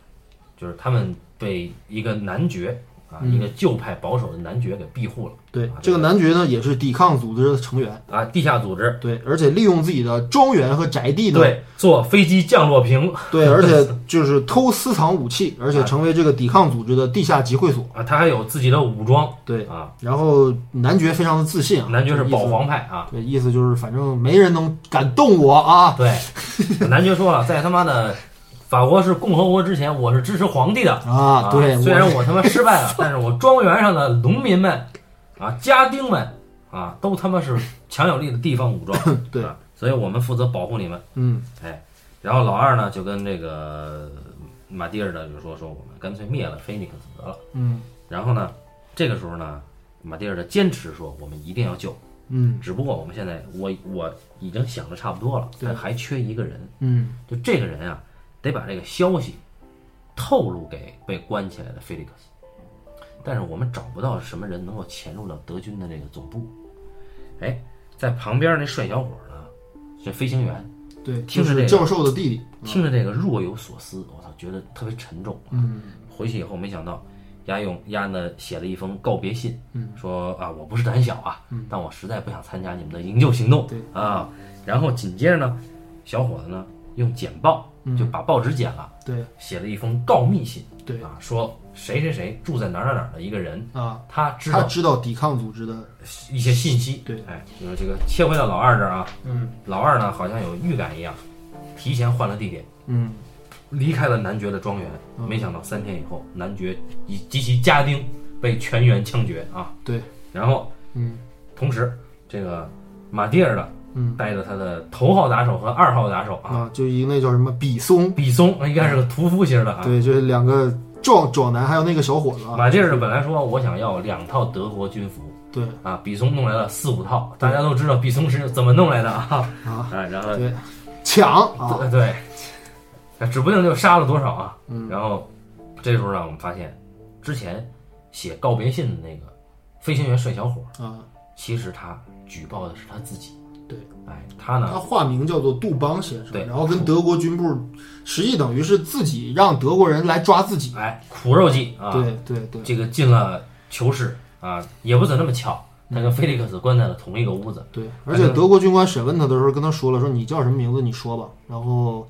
[SPEAKER 1] 就是他们被一个男爵啊，一个旧派保守的男爵给庇护了。
[SPEAKER 2] 对
[SPEAKER 1] 啊，
[SPEAKER 2] 这个男爵呢也是抵抗组织的成员，
[SPEAKER 1] 啊，地下组织
[SPEAKER 2] 对，而且利用自己的庄园和宅地呢，
[SPEAKER 1] 对坐飞机降落坪
[SPEAKER 2] 对，而且就是偷私藏武器，而且成为这个抵抗组织的地下集会所。
[SPEAKER 1] 啊，他还有自己的武装
[SPEAKER 2] 对，
[SPEAKER 1] 啊，
[SPEAKER 2] 然后男爵非常的自信啊，
[SPEAKER 1] 男爵是
[SPEAKER 2] 这意思
[SPEAKER 1] 保。皇派啊，
[SPEAKER 2] 对，意思就是反正没人能敢动我啊。
[SPEAKER 1] 对，男爵说了，在他妈的法国是共和国之前，我是支持皇帝的
[SPEAKER 2] 啊，对，
[SPEAKER 1] 虽
[SPEAKER 2] 我
[SPEAKER 1] 然我他妈失败 了，但是我庄园上的农民们啊、家丁们啊，都他妈是强有力的地方武装，
[SPEAKER 2] 对
[SPEAKER 1] 啊，所以我们负责保护你们。哎
[SPEAKER 2] 嗯，
[SPEAKER 1] 然后老二呢，就跟这个马蒂尔的就说说，我们干脆灭了菲尼克斯得了。
[SPEAKER 2] 嗯
[SPEAKER 1] 然后呢，这个时候呢，马蒂尔的坚持说，我们一定要救，
[SPEAKER 2] 嗯
[SPEAKER 1] 只不过我们现在我我已经想的差不多了，
[SPEAKER 2] 对
[SPEAKER 1] 但还缺一个人，
[SPEAKER 2] 嗯，
[SPEAKER 1] 就这个人啊，得把这个消息透露给被关起来的菲利克斯。但是我们找不到什么人能够潜入到德军的这个总部。哎，在旁边那帅小伙呢，这飞行员
[SPEAKER 2] 对，
[SPEAKER 1] 听
[SPEAKER 2] 就
[SPEAKER 1] 着这
[SPEAKER 2] 是
[SPEAKER 1] 个
[SPEAKER 2] 教授的弟弟。
[SPEAKER 1] 听着这个若有所思，我操，觉得特别沉重。
[SPEAKER 2] 嗯，
[SPEAKER 1] 回去以后没想到，押用押呢写了一封告别信，说啊我不是胆小啊，但我实在不想参加你们的营救行动，
[SPEAKER 2] 对
[SPEAKER 1] 啊，然后紧接着呢，小伙子呢用剪报就把报纸剪了，
[SPEAKER 2] 对
[SPEAKER 1] 写了一封告密信，
[SPEAKER 2] 对
[SPEAKER 1] 啊，说谁谁谁住在哪儿哪儿哪儿的一个人，
[SPEAKER 2] 啊，
[SPEAKER 1] 他知
[SPEAKER 2] 他
[SPEAKER 1] 道
[SPEAKER 2] 知道抵抗组织的。
[SPEAKER 1] 一些信息，
[SPEAKER 2] 对
[SPEAKER 1] 哎，就是这个切回到老二这儿啊，
[SPEAKER 2] 嗯
[SPEAKER 1] 老二呢好像有预感一样，提前换了地点。
[SPEAKER 2] 嗯，
[SPEAKER 1] 离开了男爵的庄园，没想到三天以后，男爵以及其家丁被全员枪决啊！
[SPEAKER 2] 对，
[SPEAKER 1] 然后
[SPEAKER 2] 嗯
[SPEAKER 1] 同时，这个马蒂尔的
[SPEAKER 2] 嗯
[SPEAKER 1] 带着他的头号打手和二号打手啊，
[SPEAKER 2] 啊，就一个那叫什么比松，
[SPEAKER 1] 比松应该是个屠夫型的啊。
[SPEAKER 2] 嗯对，就是两个壮壮男，还有那个小伙子啊。
[SPEAKER 1] 马蒂尔本来说我想要两套德国军服
[SPEAKER 2] 对
[SPEAKER 1] 啊，比松弄来了四五套，大家都知道比松是怎么弄来的啊
[SPEAKER 2] 啊，
[SPEAKER 1] 啊，然后
[SPEAKER 2] 对，抢啊，
[SPEAKER 1] 对对，那指不定就杀了多少啊。
[SPEAKER 2] 嗯
[SPEAKER 1] 然后这时候呢，我们发现之前写告别信的那个飞行员帅小伙，
[SPEAKER 2] 啊，
[SPEAKER 1] 其实他举报的是他自己。
[SPEAKER 2] 对，
[SPEAKER 1] 哎，他
[SPEAKER 2] 他
[SPEAKER 1] 呢，
[SPEAKER 2] 化名叫做杜邦先生，
[SPEAKER 1] 对
[SPEAKER 2] 然后跟德国军部，实际等于是自己让德国人来抓自己。
[SPEAKER 1] 哎，苦肉计啊，
[SPEAKER 2] 对对对，
[SPEAKER 1] 这个进了囚室啊，也不怎那么巧，他
[SPEAKER 2] 嗯
[SPEAKER 1] 跟菲利克斯关在了同一个屋子。
[SPEAKER 2] 对，而且德国军官审问他的时候跟他说了，说你叫什么名字，你说吧。然后，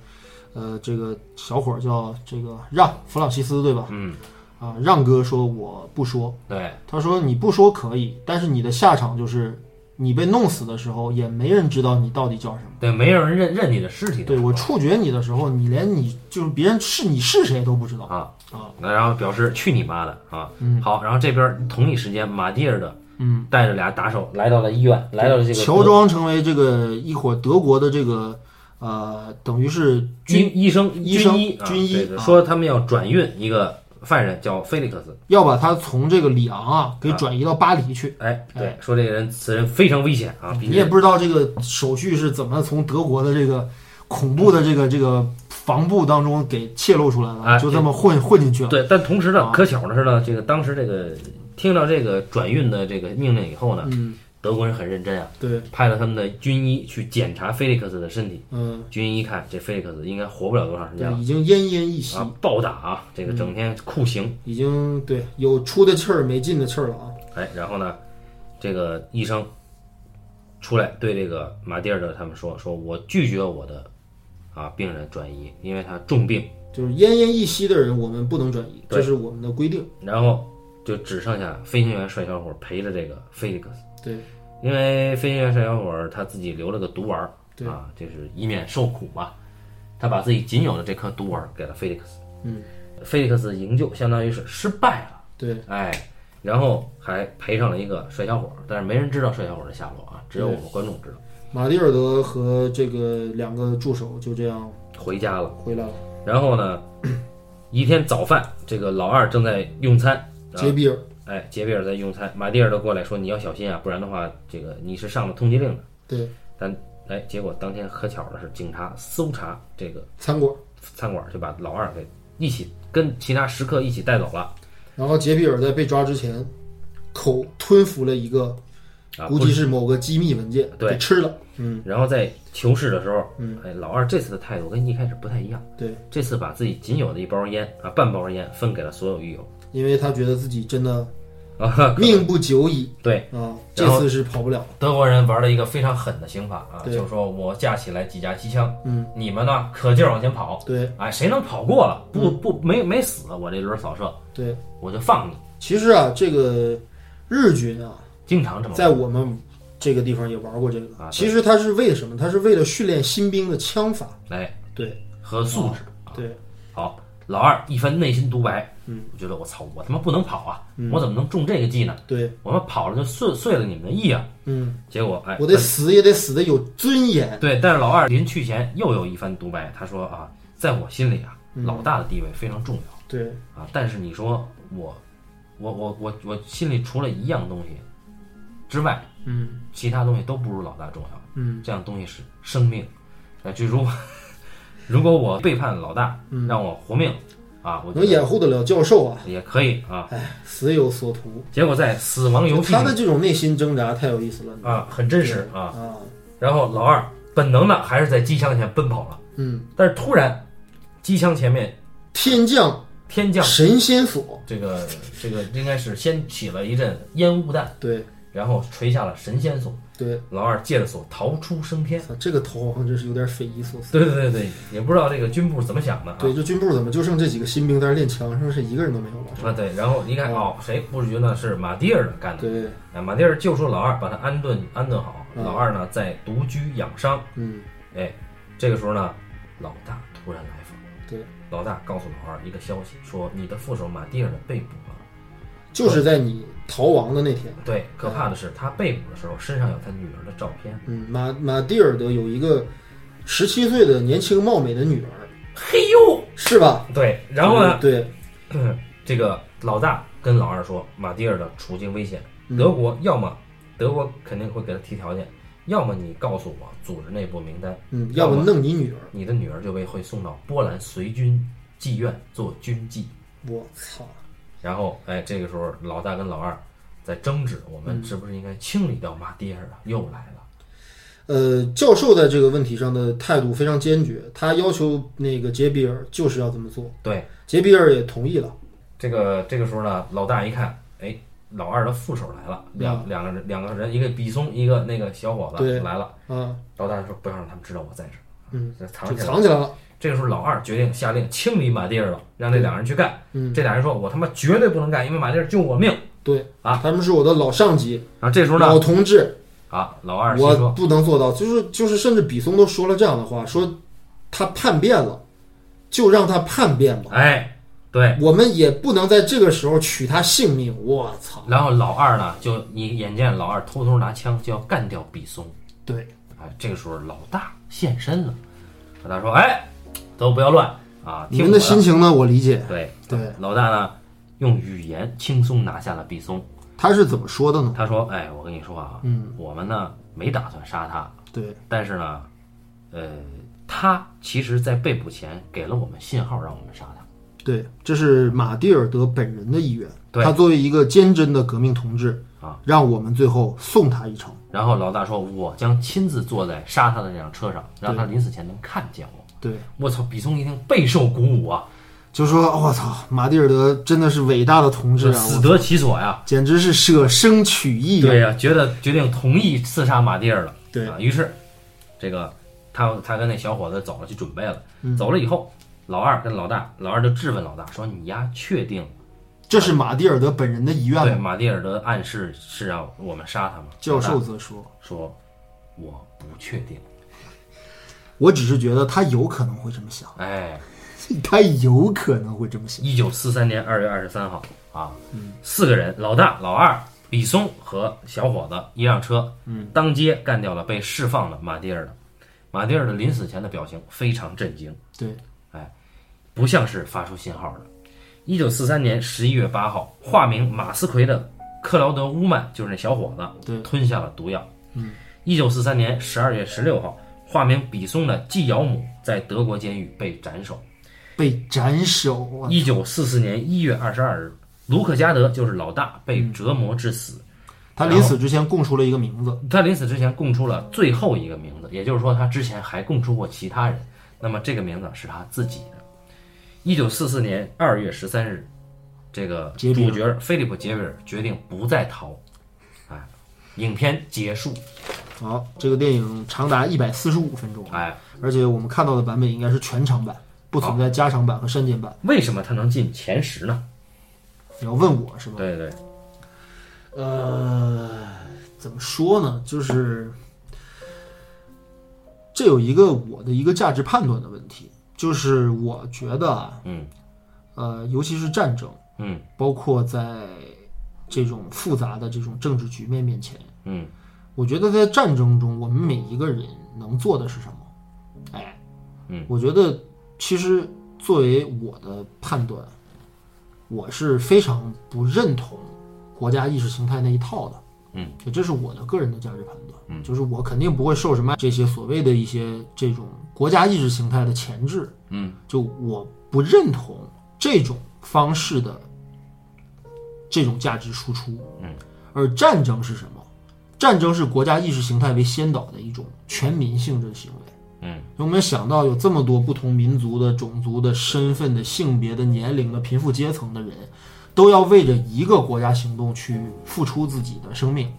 [SPEAKER 2] 呃，这个小伙儿叫这个让弗朗西斯对吧？
[SPEAKER 1] 嗯，
[SPEAKER 2] 啊，让哥说我不说，
[SPEAKER 1] 对，
[SPEAKER 2] 他说你不说可以，但是你的下场就是你被弄死的时候，也没人知道你到底叫什么。
[SPEAKER 1] 对，没有人认认你的尸体的。
[SPEAKER 2] 对我处决你的时候，你连你就是别人是你是谁都不知道。
[SPEAKER 1] 啊
[SPEAKER 2] 啊，
[SPEAKER 1] 那然后表示去你妈的啊！
[SPEAKER 2] 嗯
[SPEAKER 1] 好，然后这边同一时间，马蒂尔的
[SPEAKER 2] 嗯，
[SPEAKER 1] 带着俩打手来到了医院，来到了这个
[SPEAKER 2] 乔装成为这个一伙德国的这个呃，等于是军
[SPEAKER 1] 军医生、
[SPEAKER 2] 医生
[SPEAKER 1] 军医、啊
[SPEAKER 2] 军医
[SPEAKER 1] 对对
[SPEAKER 2] 啊
[SPEAKER 1] 说他们要转运一个犯人叫菲利克斯。
[SPEAKER 2] 要把他从这个里昂啊给转移到巴黎去。
[SPEAKER 1] 哎，对，说这个人此人非常危险啊，比
[SPEAKER 2] 嗯你也不知道这个手续是怎么从德国的这个恐怖的这个这个防部当中给泄露出来
[SPEAKER 1] 哎
[SPEAKER 2] 的，就这么混混进去了。
[SPEAKER 1] 对，但同时呢
[SPEAKER 2] 啊，
[SPEAKER 1] 可巧的是呢，这个当时这个听到这个转运的这个命令以后呢，
[SPEAKER 2] 嗯，
[SPEAKER 1] 德国人很认真啊，
[SPEAKER 2] 对，
[SPEAKER 1] 派了他们的军医去检查菲利克斯的身体。
[SPEAKER 2] 嗯，
[SPEAKER 1] 军医一看，这菲利克斯应该活不了多长时间
[SPEAKER 2] 对，
[SPEAKER 1] 了
[SPEAKER 2] 已经奄奄一息，
[SPEAKER 1] 啊！暴打啊，这个
[SPEAKER 2] 嗯
[SPEAKER 1] 整天酷刑。
[SPEAKER 2] 已经对有出的气儿没进的气儿了啊。
[SPEAKER 1] 哎，然后呢，这个医生出来对这个马蒂尔德他们说：“说我拒绝我的啊病人转移，因为他重病。
[SPEAKER 2] 就是奄奄一息的人，我们不能转移，
[SPEAKER 1] 对
[SPEAKER 2] 这是我们的规定。”
[SPEAKER 1] 然后就只剩下飞行员帅小伙陪着这个菲利克斯。
[SPEAKER 2] 对，
[SPEAKER 1] 因为飞行员帅小伙儿他自己留了个毒丸儿
[SPEAKER 2] 对
[SPEAKER 1] 啊，就是以免受苦嘛。他把自己仅有的这颗毒丸儿给了菲利克斯，
[SPEAKER 2] 嗯，
[SPEAKER 1] 菲利克斯营救相当于是失败了，
[SPEAKER 2] 对，
[SPEAKER 1] 哎，然后还赔上了一个帅小伙儿，但是没人知道帅小伙儿的下落啊，只有我们观众知道。
[SPEAKER 2] 马蒂尔德和这个两个助手就这样
[SPEAKER 1] 回家了，
[SPEAKER 2] 回来了。
[SPEAKER 1] 然后呢，一天早饭，这个老二正在用餐，啊
[SPEAKER 2] 杰比尔，
[SPEAKER 1] 哎，杰比尔在用餐，马蒂尔德过来说你要小心啊，不然的话，这个你是上了通缉令的。
[SPEAKER 2] 对，
[SPEAKER 1] 哎，结果当天可巧的是，警察搜查这个。
[SPEAKER 2] 餐馆，
[SPEAKER 1] 餐馆就把老二给一起跟其他食客一起带走了
[SPEAKER 2] 然后杰比尔在被抓之前，口吞服了一个，
[SPEAKER 1] 啊，
[SPEAKER 2] 估计是某个机密文件，
[SPEAKER 1] 对
[SPEAKER 2] 给吃了。
[SPEAKER 1] 不然后在求是的时候，
[SPEAKER 2] 嗯，
[SPEAKER 1] 哎，老二这次的态度跟一开始不太一样，
[SPEAKER 2] 对，
[SPEAKER 1] 这次把自己仅有的一包烟啊，半包烟分给了所有狱友
[SPEAKER 2] 因为他觉得自己真的
[SPEAKER 1] 啊。
[SPEAKER 2] 命不久矣
[SPEAKER 1] 对，
[SPEAKER 2] 啊，
[SPEAKER 1] 然
[SPEAKER 2] 这
[SPEAKER 1] 后
[SPEAKER 2] 次是跑不了。
[SPEAKER 1] 德国人玩了一个非常狠的刑法啊，
[SPEAKER 2] 对
[SPEAKER 1] 就是说我架起来几架机枪，
[SPEAKER 2] 嗯，
[SPEAKER 1] 你们呢可劲儿往前跑，
[SPEAKER 2] 对嗯
[SPEAKER 1] 哎，谁能跑过了，不不没没死，我这轮扫射
[SPEAKER 2] 对，
[SPEAKER 1] 我就放你。
[SPEAKER 2] 其实啊，这个日军啊，
[SPEAKER 1] 经常这么玩
[SPEAKER 2] 在我们这个地方也玩过这
[SPEAKER 1] 嗯啊对
[SPEAKER 2] 个。其实他是为什么？他是为了训练新兵的枪法。
[SPEAKER 1] 哎
[SPEAKER 2] 对
[SPEAKER 1] 和素质。
[SPEAKER 2] 对，
[SPEAKER 1] 好，老二一番内心独白，
[SPEAKER 2] 哦嗯，
[SPEAKER 1] 我觉得我操，我他妈不能跑啊，我怎么能中这个计呢？
[SPEAKER 2] 对，
[SPEAKER 1] 我们跑了就碎碎了你们的意啊！
[SPEAKER 2] 嗯，
[SPEAKER 1] 结果哎，
[SPEAKER 2] 我得死也得死的有尊严。
[SPEAKER 1] 对，但是老二临去前又有一番独白，他说啊，在我心里啊，
[SPEAKER 2] 嗯
[SPEAKER 1] 老大的地位非常重要
[SPEAKER 2] 对，
[SPEAKER 1] 啊，但是你说我，我我我我心里除了一样东西之外，
[SPEAKER 2] 嗯
[SPEAKER 1] 其他东西都不如老大重要。
[SPEAKER 2] 嗯，
[SPEAKER 1] 这样东西是生命，那就如果如果我背叛老大，
[SPEAKER 2] 嗯
[SPEAKER 1] 让我活命啊，我觉
[SPEAKER 2] 能
[SPEAKER 1] 得
[SPEAKER 2] 掩护得了教授啊，
[SPEAKER 1] 也可以啊。
[SPEAKER 2] 嗯哎，死有所图。
[SPEAKER 1] 结果在死亡游戏
[SPEAKER 2] 他
[SPEAKER 1] 里
[SPEAKER 2] 的这种内心挣扎太有意思了
[SPEAKER 1] 啊，很真实啊。
[SPEAKER 2] 啊！
[SPEAKER 1] 然后老二本能的还是在机枪前奔跑了，
[SPEAKER 2] 嗯，
[SPEAKER 1] 但是突然机枪前面
[SPEAKER 2] 天降
[SPEAKER 1] 天降
[SPEAKER 2] 神仙锁，
[SPEAKER 1] 这个这个应该是先起了一阵烟雾弹，
[SPEAKER 2] 对
[SPEAKER 1] 然后垂下了神仙锁，
[SPEAKER 2] 对，啊
[SPEAKER 1] 老二借着锁逃出升天。
[SPEAKER 2] 操这个逃亡真是有点匪夷所思。
[SPEAKER 1] 对对对对，也不知道这个军部怎么想的啊。
[SPEAKER 2] 对，这军部怎么就剩这几个新兵在那练枪，是不是一个人都没有了？
[SPEAKER 1] 啊对，然后一看哦，谁不觉得是马蒂尔干的？
[SPEAKER 2] 嗯对，
[SPEAKER 1] 啊，马蒂尔救出老二，把他安顿安顿好。老二呢在独居养伤。
[SPEAKER 2] 嗯，
[SPEAKER 1] 哎，这个时候呢，老大突然来访。
[SPEAKER 2] 对，
[SPEAKER 1] 老大告诉老二一个消息，说你的副手马蒂尔被捕了。
[SPEAKER 2] 就是在你逃亡的那天，
[SPEAKER 1] 对，可怕的是他被捕的时候身上有他女儿的照片。
[SPEAKER 2] 嗯，马马蒂尔德有一个十七岁的年轻貌美的女儿，
[SPEAKER 1] 嘿呦，
[SPEAKER 2] 是吧？
[SPEAKER 1] 对，然后呢
[SPEAKER 2] 嗯，对，
[SPEAKER 1] 这个老大跟老二说，马蒂尔的处境危险，
[SPEAKER 2] 嗯
[SPEAKER 1] 德国要么德国肯定会给他提条件，要么你告诉我组织内部名单，
[SPEAKER 2] 嗯，要不弄你女儿。
[SPEAKER 1] 你的女儿就被会送到波兰随军妓院做军妓。
[SPEAKER 2] 我操！
[SPEAKER 1] 然后，哎，这个时候老大跟老二在争执，我们是不是应该清理掉马蒂尔啊？又来了，
[SPEAKER 2] 呃，教授在这个问题上的态度非常坚决，他要求那个杰比尔就是要这么做，
[SPEAKER 1] 对，
[SPEAKER 2] 杰比尔也同意了。
[SPEAKER 1] 这个这个时候呢，老大一看，哎，老二的副手来了，两、两个人两个人，一个比松，一个那个小伙子
[SPEAKER 2] 对
[SPEAKER 1] 来了。
[SPEAKER 2] 啊，
[SPEAKER 1] 老大说不要让他们知道我在这儿，
[SPEAKER 2] 嗯，
[SPEAKER 1] 这
[SPEAKER 2] 就
[SPEAKER 1] 藏起来。
[SPEAKER 2] 藏起来了。
[SPEAKER 1] 这个时候老二决定下令清理马蒂尔了，让这两人去干。
[SPEAKER 2] 嗯，
[SPEAKER 1] 这俩人说，我他妈绝对不能干，因为马蒂尔救我命。
[SPEAKER 2] 对
[SPEAKER 1] 啊，
[SPEAKER 2] 他们是我的老上级、
[SPEAKER 1] 然后这时候呢
[SPEAKER 2] 老，同志，
[SPEAKER 1] 啊，老二心
[SPEAKER 2] 我
[SPEAKER 1] 说，
[SPEAKER 2] 不能做到。就是就是，甚至比松都说了这样的话，说他叛变了，就让他叛变吧。
[SPEAKER 1] 哎，对。
[SPEAKER 2] 我们也不能在这个时候取他性命。我操！
[SPEAKER 1] 然后老二呢，就你眼见老二偷偷拿枪就要干掉比松。啊
[SPEAKER 2] 对，
[SPEAKER 1] 哎，这个时候老大现身了，老大说：“哎，都不要乱，啊，
[SPEAKER 2] 你
[SPEAKER 1] 听
[SPEAKER 2] 们
[SPEAKER 1] 我
[SPEAKER 2] 的心情呢，我理解。
[SPEAKER 1] 对
[SPEAKER 2] 对，
[SPEAKER 1] 老大呢，用语言轻松拿下了毕松。
[SPEAKER 2] 他是怎么说的呢？
[SPEAKER 1] 他说：“哎，我跟你说啊，
[SPEAKER 2] 嗯，
[SPEAKER 1] 我们呢没打算杀他，
[SPEAKER 2] 对，
[SPEAKER 1] 但是呢，呃，他其实在被捕前给了我们信号，让我们杀他。
[SPEAKER 2] 对，这是马蒂尔德本人的意愿。
[SPEAKER 1] 对
[SPEAKER 2] 他作为一个坚贞的革命同志
[SPEAKER 1] 啊，
[SPEAKER 2] 让我们最后送他一程。
[SPEAKER 1] 然后老大说，我将亲自坐在杀他的那辆车上，让他临死前能看见我。
[SPEAKER 2] 对，
[SPEAKER 1] 我操，比松一听备受鼓舞啊，
[SPEAKER 2] 就说我操，马蒂尔德真的是伟大的同志啊，
[SPEAKER 1] 死得其所呀、
[SPEAKER 2] 我简直是舍生取义啊。
[SPEAKER 1] 对呀、觉得决定同意刺杀马蒂尔了。
[SPEAKER 2] 对
[SPEAKER 1] 啊，于是这个他他跟那小伙子走了去准备了，
[SPEAKER 2] 嗯
[SPEAKER 1] 走了以后，老二跟老大，老二就质问老大说：“你丫确定
[SPEAKER 2] 这是马蒂尔德本人的遗愿
[SPEAKER 1] 对
[SPEAKER 2] 吗？
[SPEAKER 1] 马蒂尔德暗示是让我们杀他吗？”
[SPEAKER 2] 教
[SPEAKER 1] 老
[SPEAKER 2] 授
[SPEAKER 1] 大
[SPEAKER 2] 则说
[SPEAKER 1] 说：“我不确定。：“
[SPEAKER 2] 我只是觉得他有可能会这么想，”
[SPEAKER 1] 哎，
[SPEAKER 2] 他有可能会这么想。
[SPEAKER 1] 一九四三年二月二十三号啊，
[SPEAKER 2] 嗯
[SPEAKER 1] 四个人，老大、老二、李松和小伙子一辆车，嗯，当街干掉了被释放的马蒂尔德。马蒂尔德临死前的表情非常震惊。
[SPEAKER 2] 对，
[SPEAKER 1] 不像是发出信号的。一九四三年十一月八号，化名马斯奎的克劳德·乌曼，就是那小伙子，
[SPEAKER 2] 对
[SPEAKER 1] 吞下了毒药。嗯，一九四三年十二月十六号，化名比松的季尧姆在德国监狱被斩首。
[SPEAKER 2] 被斩首啊！
[SPEAKER 1] 一九四四年一月二十二日，卢克加德就是老大被
[SPEAKER 2] 嗯
[SPEAKER 1] 折磨致死。
[SPEAKER 2] 他临死之前供出了一个名字，
[SPEAKER 1] 他临死之前供出了最后一个名字，也就是说，他之前还供出过其他人。那么这个名字是他自己的。一九四四年二月十三日，这个
[SPEAKER 2] 杰比
[SPEAKER 1] 主
[SPEAKER 2] 尔
[SPEAKER 1] 角菲利普·杰维尔决定不再逃。哎，影片结束。
[SPEAKER 2] 好，这个电影长达一百四十五分钟，啊
[SPEAKER 1] 哎，
[SPEAKER 2] 而且我们看到的版本应该是全长版，不存在加长版和删减版。
[SPEAKER 1] 为什么他能进前十呢？
[SPEAKER 2] 你要问我是吗？
[SPEAKER 1] 对对，
[SPEAKER 2] 呃，怎么说呢？就是这有一个我的一个价值判断的问题，就是我觉得啊，
[SPEAKER 1] 嗯
[SPEAKER 2] 呃，尤其是战争，
[SPEAKER 1] 嗯
[SPEAKER 2] 包括在这种复杂的这种政治局面面前，
[SPEAKER 1] 嗯，
[SPEAKER 2] 我觉得在战争中，我们每一个人能做的是什么？哎，
[SPEAKER 1] 嗯，
[SPEAKER 2] 我觉得其实作为我的判断，我是非常不认同国家意识形态那一套的。
[SPEAKER 1] 嗯，
[SPEAKER 2] 这是我的个人的价值判断。
[SPEAKER 1] 嗯
[SPEAKER 2] 就是我肯定不会受什么这些所谓的一些这种国家意识形态的钳制。
[SPEAKER 1] 嗯，
[SPEAKER 2] 就我不认同这种方式的这种价值输出。
[SPEAKER 1] 嗯，
[SPEAKER 2] 而战争是什么？战争是国家意识形态为先导的一种全民性质的行为。
[SPEAKER 1] 嗯，
[SPEAKER 2] 有没有想到有这么多不同民族的、种族的、身份的、性别的、年龄的、贫富阶层的人，都要为着一个国家行动去付出自己的生命，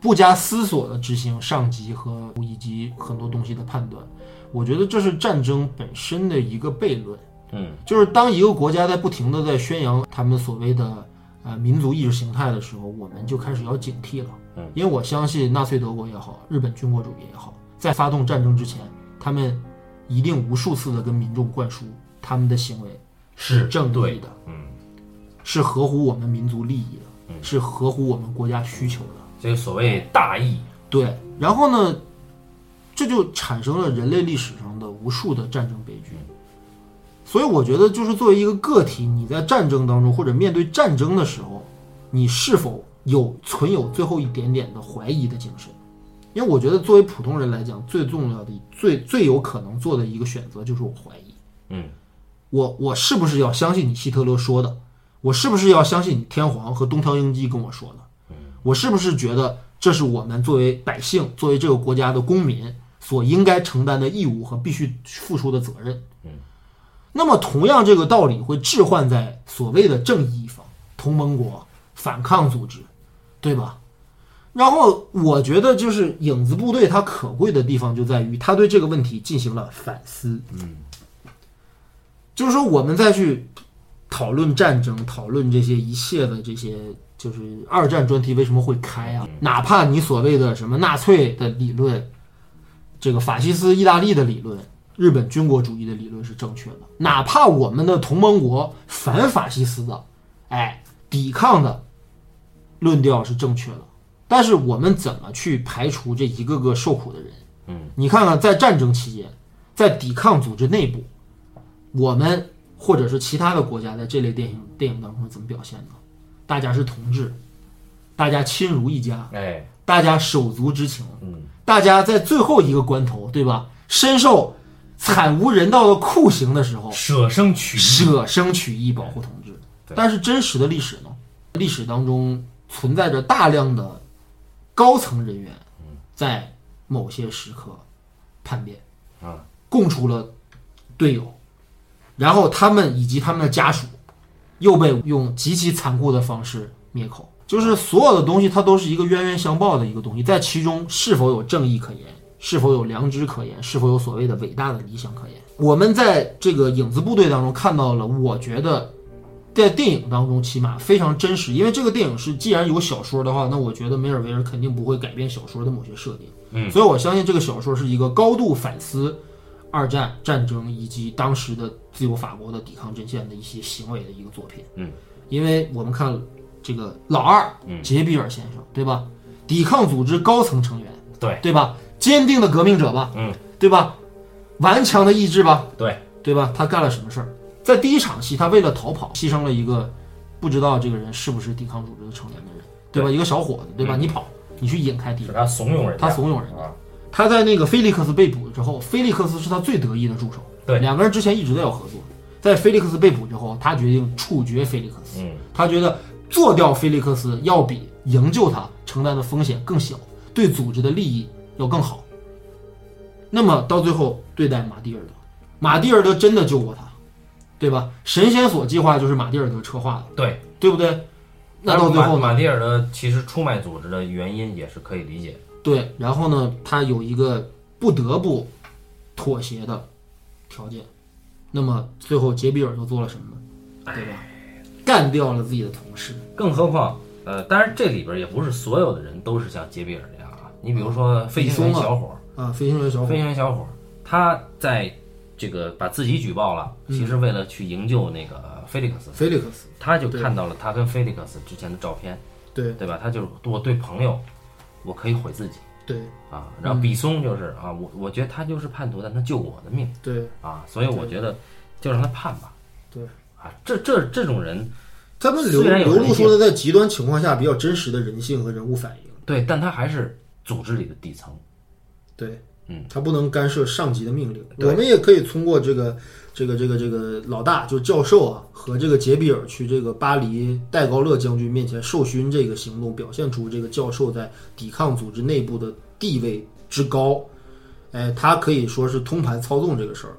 [SPEAKER 2] 不加思索的执行上级和以及很多东西的判断。我觉得这是战争本身的一个悖论。
[SPEAKER 1] 嗯，
[SPEAKER 2] 就是当一个国家在不停的在宣扬他们所谓的呃民族意识形态的时候，我们就开始要警惕了。
[SPEAKER 1] 嗯，
[SPEAKER 2] 因为我相信纳粹德国也好，日本军国主义也好，在发动战争之前，他们一定无数次的跟民众灌输他们的行为
[SPEAKER 1] 是
[SPEAKER 2] 正
[SPEAKER 1] 对
[SPEAKER 2] 义的，
[SPEAKER 1] 嗯，
[SPEAKER 2] 是合乎我们民族利益的，是合乎我们国家需求的。
[SPEAKER 1] 这个所谓大义。
[SPEAKER 2] 对，然后呢，这就产生了人类历史上的无数的战争悲剧。所以我觉得，就是作为一个个体，你在战争当中或者面对战争的时候，你是否有存有最后一点点的怀疑的精神？因为我觉得，作为普通人来讲，最重要的、最最有可能做的一个选择就是我怀疑，
[SPEAKER 1] 嗯
[SPEAKER 2] 我我是不是要相信你希特勒说的？我是不是要相信你天皇和东条英机跟我说的？我是不是觉得这是我们作为百姓、作为这个国家的公民所应该承担的义务和必须付出的责任？那么同样这个道理会置换在所谓的正义一方，同盟国、反抗组织，对吧？然后我觉得就是影子部队它可贵的地方就在于它对这个问题进行了反思。嗯，就是说我们再去讨论战争，讨论这些一切的这些。就是二战专题为什么会开啊？哪怕你所谓的什么纳粹的理论，这个法西斯意大利的理论，日本军国主义的理论是正确的，哪怕我们的同盟国反法西斯的，哎，抵抗的论调是正确的，但是我们怎么去排除这一个个受苦的人？
[SPEAKER 1] 嗯，
[SPEAKER 2] 你看看在战争期间，在抵抗组织内部，我们或者是其他的国家在这类电影电影当中怎么表现的？大家是同志，大家亲如一家，
[SPEAKER 1] 哎，
[SPEAKER 2] 大家手足之情，
[SPEAKER 1] 嗯，
[SPEAKER 2] 大家在最后一个关头，对吧？深受惨无人道的酷刑的时候，
[SPEAKER 1] 舍生取义，
[SPEAKER 2] 舍生取义保护同志。
[SPEAKER 1] 嗯对
[SPEAKER 2] 但是真实的历史呢？历史当中存在着大量的高层人员在某些时刻叛变，
[SPEAKER 1] 啊，
[SPEAKER 2] 供出了队友，然后他们以及他们的家属又被用极其残酷的方式灭口。就是所有的东西，它都是一个冤冤相报的一个东西，在其中是否有正义可言，是否有良知可言，是否有所谓的伟大的理想可言？我们在这个影子部队当中看到了，我觉得在电影当中起码非常真实，因为这个电影是既然有小说的话，那我觉得梅尔维尔肯定不会改变小说的某些设定，
[SPEAKER 1] 嗯
[SPEAKER 2] 所以我相信这个小说是一个高度反思二战战争以及当时的自由法国的抵抗阵线的一些行为的一个作品。
[SPEAKER 1] 嗯，
[SPEAKER 2] 因为我们看这个老二，
[SPEAKER 1] 嗯
[SPEAKER 2] 杰比尔先生，对吧？抵抗组织高层成员，
[SPEAKER 1] 对
[SPEAKER 2] 对吧？坚定的革命者吧，
[SPEAKER 1] 嗯，
[SPEAKER 2] 对吧？顽强的意志吧，
[SPEAKER 1] 对，
[SPEAKER 2] 对吧？他干了什么事儿？在第一场戏，他为了逃跑，牺牲了一个不知道这个人是不是抵抗组织的成员的人，对吧？一个小伙子，对
[SPEAKER 1] 嗯
[SPEAKER 2] 吧？你跑，你去引开敌
[SPEAKER 1] 是
[SPEAKER 2] 人，
[SPEAKER 1] 他怂恿人家，
[SPEAKER 2] 他怂恿人
[SPEAKER 1] 啊，
[SPEAKER 2] 他在那个菲利克斯被捕之后，菲利克斯是他最得意的助手。
[SPEAKER 1] 对
[SPEAKER 2] 两个人之前一直都要合作。在菲利克斯被捕之后，他决定处决菲利克斯。
[SPEAKER 1] 嗯，
[SPEAKER 2] 他觉得做掉菲利克斯要比营救他承担的风险更小，对组织的利益要更好。那么到最后对待马蒂尔德，马蒂尔德真的救过他，对吧？神仙所计划就是马蒂尔德策划的，
[SPEAKER 1] 对。
[SPEAKER 2] 对不对？那
[SPEAKER 1] 但是
[SPEAKER 2] 到最后呢
[SPEAKER 1] 马马蒂尔的其实出卖组织的原因也是可以理解的，
[SPEAKER 2] 对，然后呢，他有一个不得不妥协的条件。那么最后杰比尔又做了什么呢？对吧？
[SPEAKER 1] 哎
[SPEAKER 2] 干掉了自己的同事。
[SPEAKER 1] 更何况，呃，当然这里边也不是所有的人都是像杰比尔这样啊。你比如说飞行员
[SPEAKER 2] 李松啊
[SPEAKER 1] 小伙儿，
[SPEAKER 2] 啊，飞行员小伙
[SPEAKER 1] 飞行员小伙儿，他在这个把自己举报了，其实为了去营救那个菲利克斯，
[SPEAKER 2] 菲利克斯，
[SPEAKER 1] 他就
[SPEAKER 2] 嗯对
[SPEAKER 1] 看到了他跟菲利克斯之前的照片，
[SPEAKER 2] 对
[SPEAKER 1] 对吧？他就是我对朋友，我可以毁自己
[SPEAKER 2] 对
[SPEAKER 1] 啊。然
[SPEAKER 2] 嗯
[SPEAKER 1] 后比松就是啊，我我觉得他就是叛徒，但他救我的命
[SPEAKER 2] 对
[SPEAKER 1] 啊，所以我觉得就让他判吧
[SPEAKER 2] 对，
[SPEAKER 1] 啊。这这这种人，
[SPEAKER 2] 他们流
[SPEAKER 1] 虽然有
[SPEAKER 2] 流
[SPEAKER 1] 人
[SPEAKER 2] 露
[SPEAKER 1] 性
[SPEAKER 2] 出的在极端情况下比较真实的人性和人物反应。
[SPEAKER 1] 对，但他还是组织里的底层。
[SPEAKER 2] 对，
[SPEAKER 1] 嗯，
[SPEAKER 2] 他不能干涉上级的命令。
[SPEAKER 1] 对
[SPEAKER 2] 我们也可以通过这个这个这个这个老大，就是教授啊，和这个杰比尔去这个巴黎戴高乐将军面前授勋这个行动，表现出这个教授在抵抗组织内部的地位之高。哎，他可以说是通盘操纵这个事儿。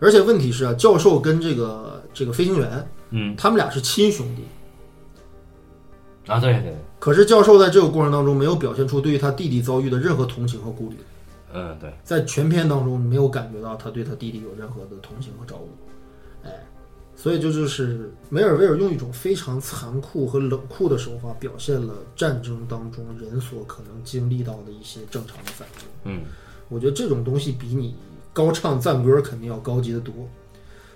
[SPEAKER 2] 而且问题是啊，教授跟这个这个飞行员，
[SPEAKER 1] 嗯
[SPEAKER 2] 他们俩是亲兄弟。
[SPEAKER 1] 啊，对对对，
[SPEAKER 2] 可是教授在这个过程当中没有表现出对于他弟弟遭遇的任何同情和顾虑。
[SPEAKER 1] 嗯对，
[SPEAKER 2] 在全片当中没有感觉到他对他弟弟有任何的同情和照顾，哎，所以这就是梅尔维尔用一种非常残酷和冷酷的手法，表现了战争当中人所可能经历到的一些正常的反应。
[SPEAKER 1] 嗯
[SPEAKER 2] 我觉得这种东西比你高唱赞歌肯定要高级的多。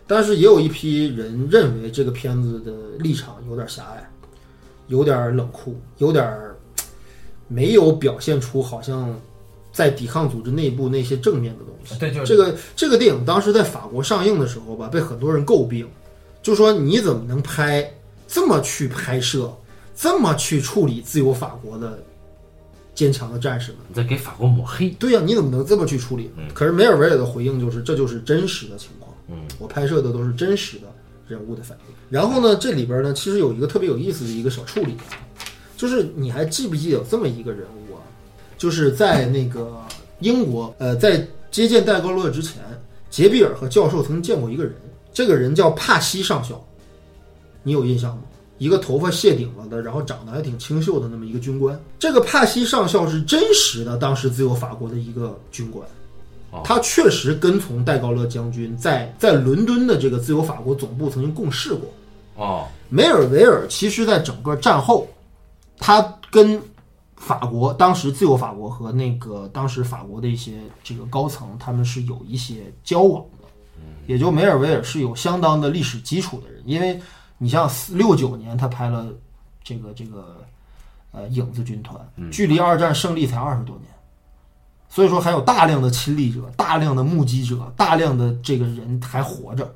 [SPEAKER 2] 但是也有一批人认为这个片子的立场有点狭隘，有点冷酷，有点儿嘖没有表现出好像在抵抗组织内部那些正面的东西。
[SPEAKER 1] 对，就是
[SPEAKER 2] 这个这个电影当时在法国上映的时候吧，被很多人诟病，就说你怎么能拍这么去拍摄，这么去处理自由法国的坚强的战士们？
[SPEAKER 1] 你在给法国抹黑。
[SPEAKER 2] 对呀、你怎么能这么去处理？可是梅尔维尔的回应就是，这就是真实的情况。
[SPEAKER 1] 嗯，
[SPEAKER 2] 我拍摄的都是真实的人物的反应。然后呢，这里边呢，其实有一个特别有意思的一个小处理啊，就是你还记不记得有这么一个人物啊？就是在那个英国，呃，在接见戴高乐之前，杰比尔和教授曾经见过一个人，这个人叫帕西上校，你有印象吗？一个头发谢顶了的，然后长得还挺清秀的那么一个军官。这个帕西上校是真实的，当时自由法国的一个军官
[SPEAKER 1] 哦，
[SPEAKER 2] 他确实跟从戴高乐将军在在伦敦的这个自由法国总部曾经共事过。
[SPEAKER 1] 哦，
[SPEAKER 2] 梅尔维尔其实在整个战后，他跟法国当时自由法国和那个当时法国的一些这个高层，他们是有一些交往的，也就梅尔维尔是有相当的历史基础的人，因为你像六九年他拍了这个这个呃影子军团，距离二战胜利才二十多年。所以说，还有大量的亲历者、大量的目击者、大量的这个人还活着，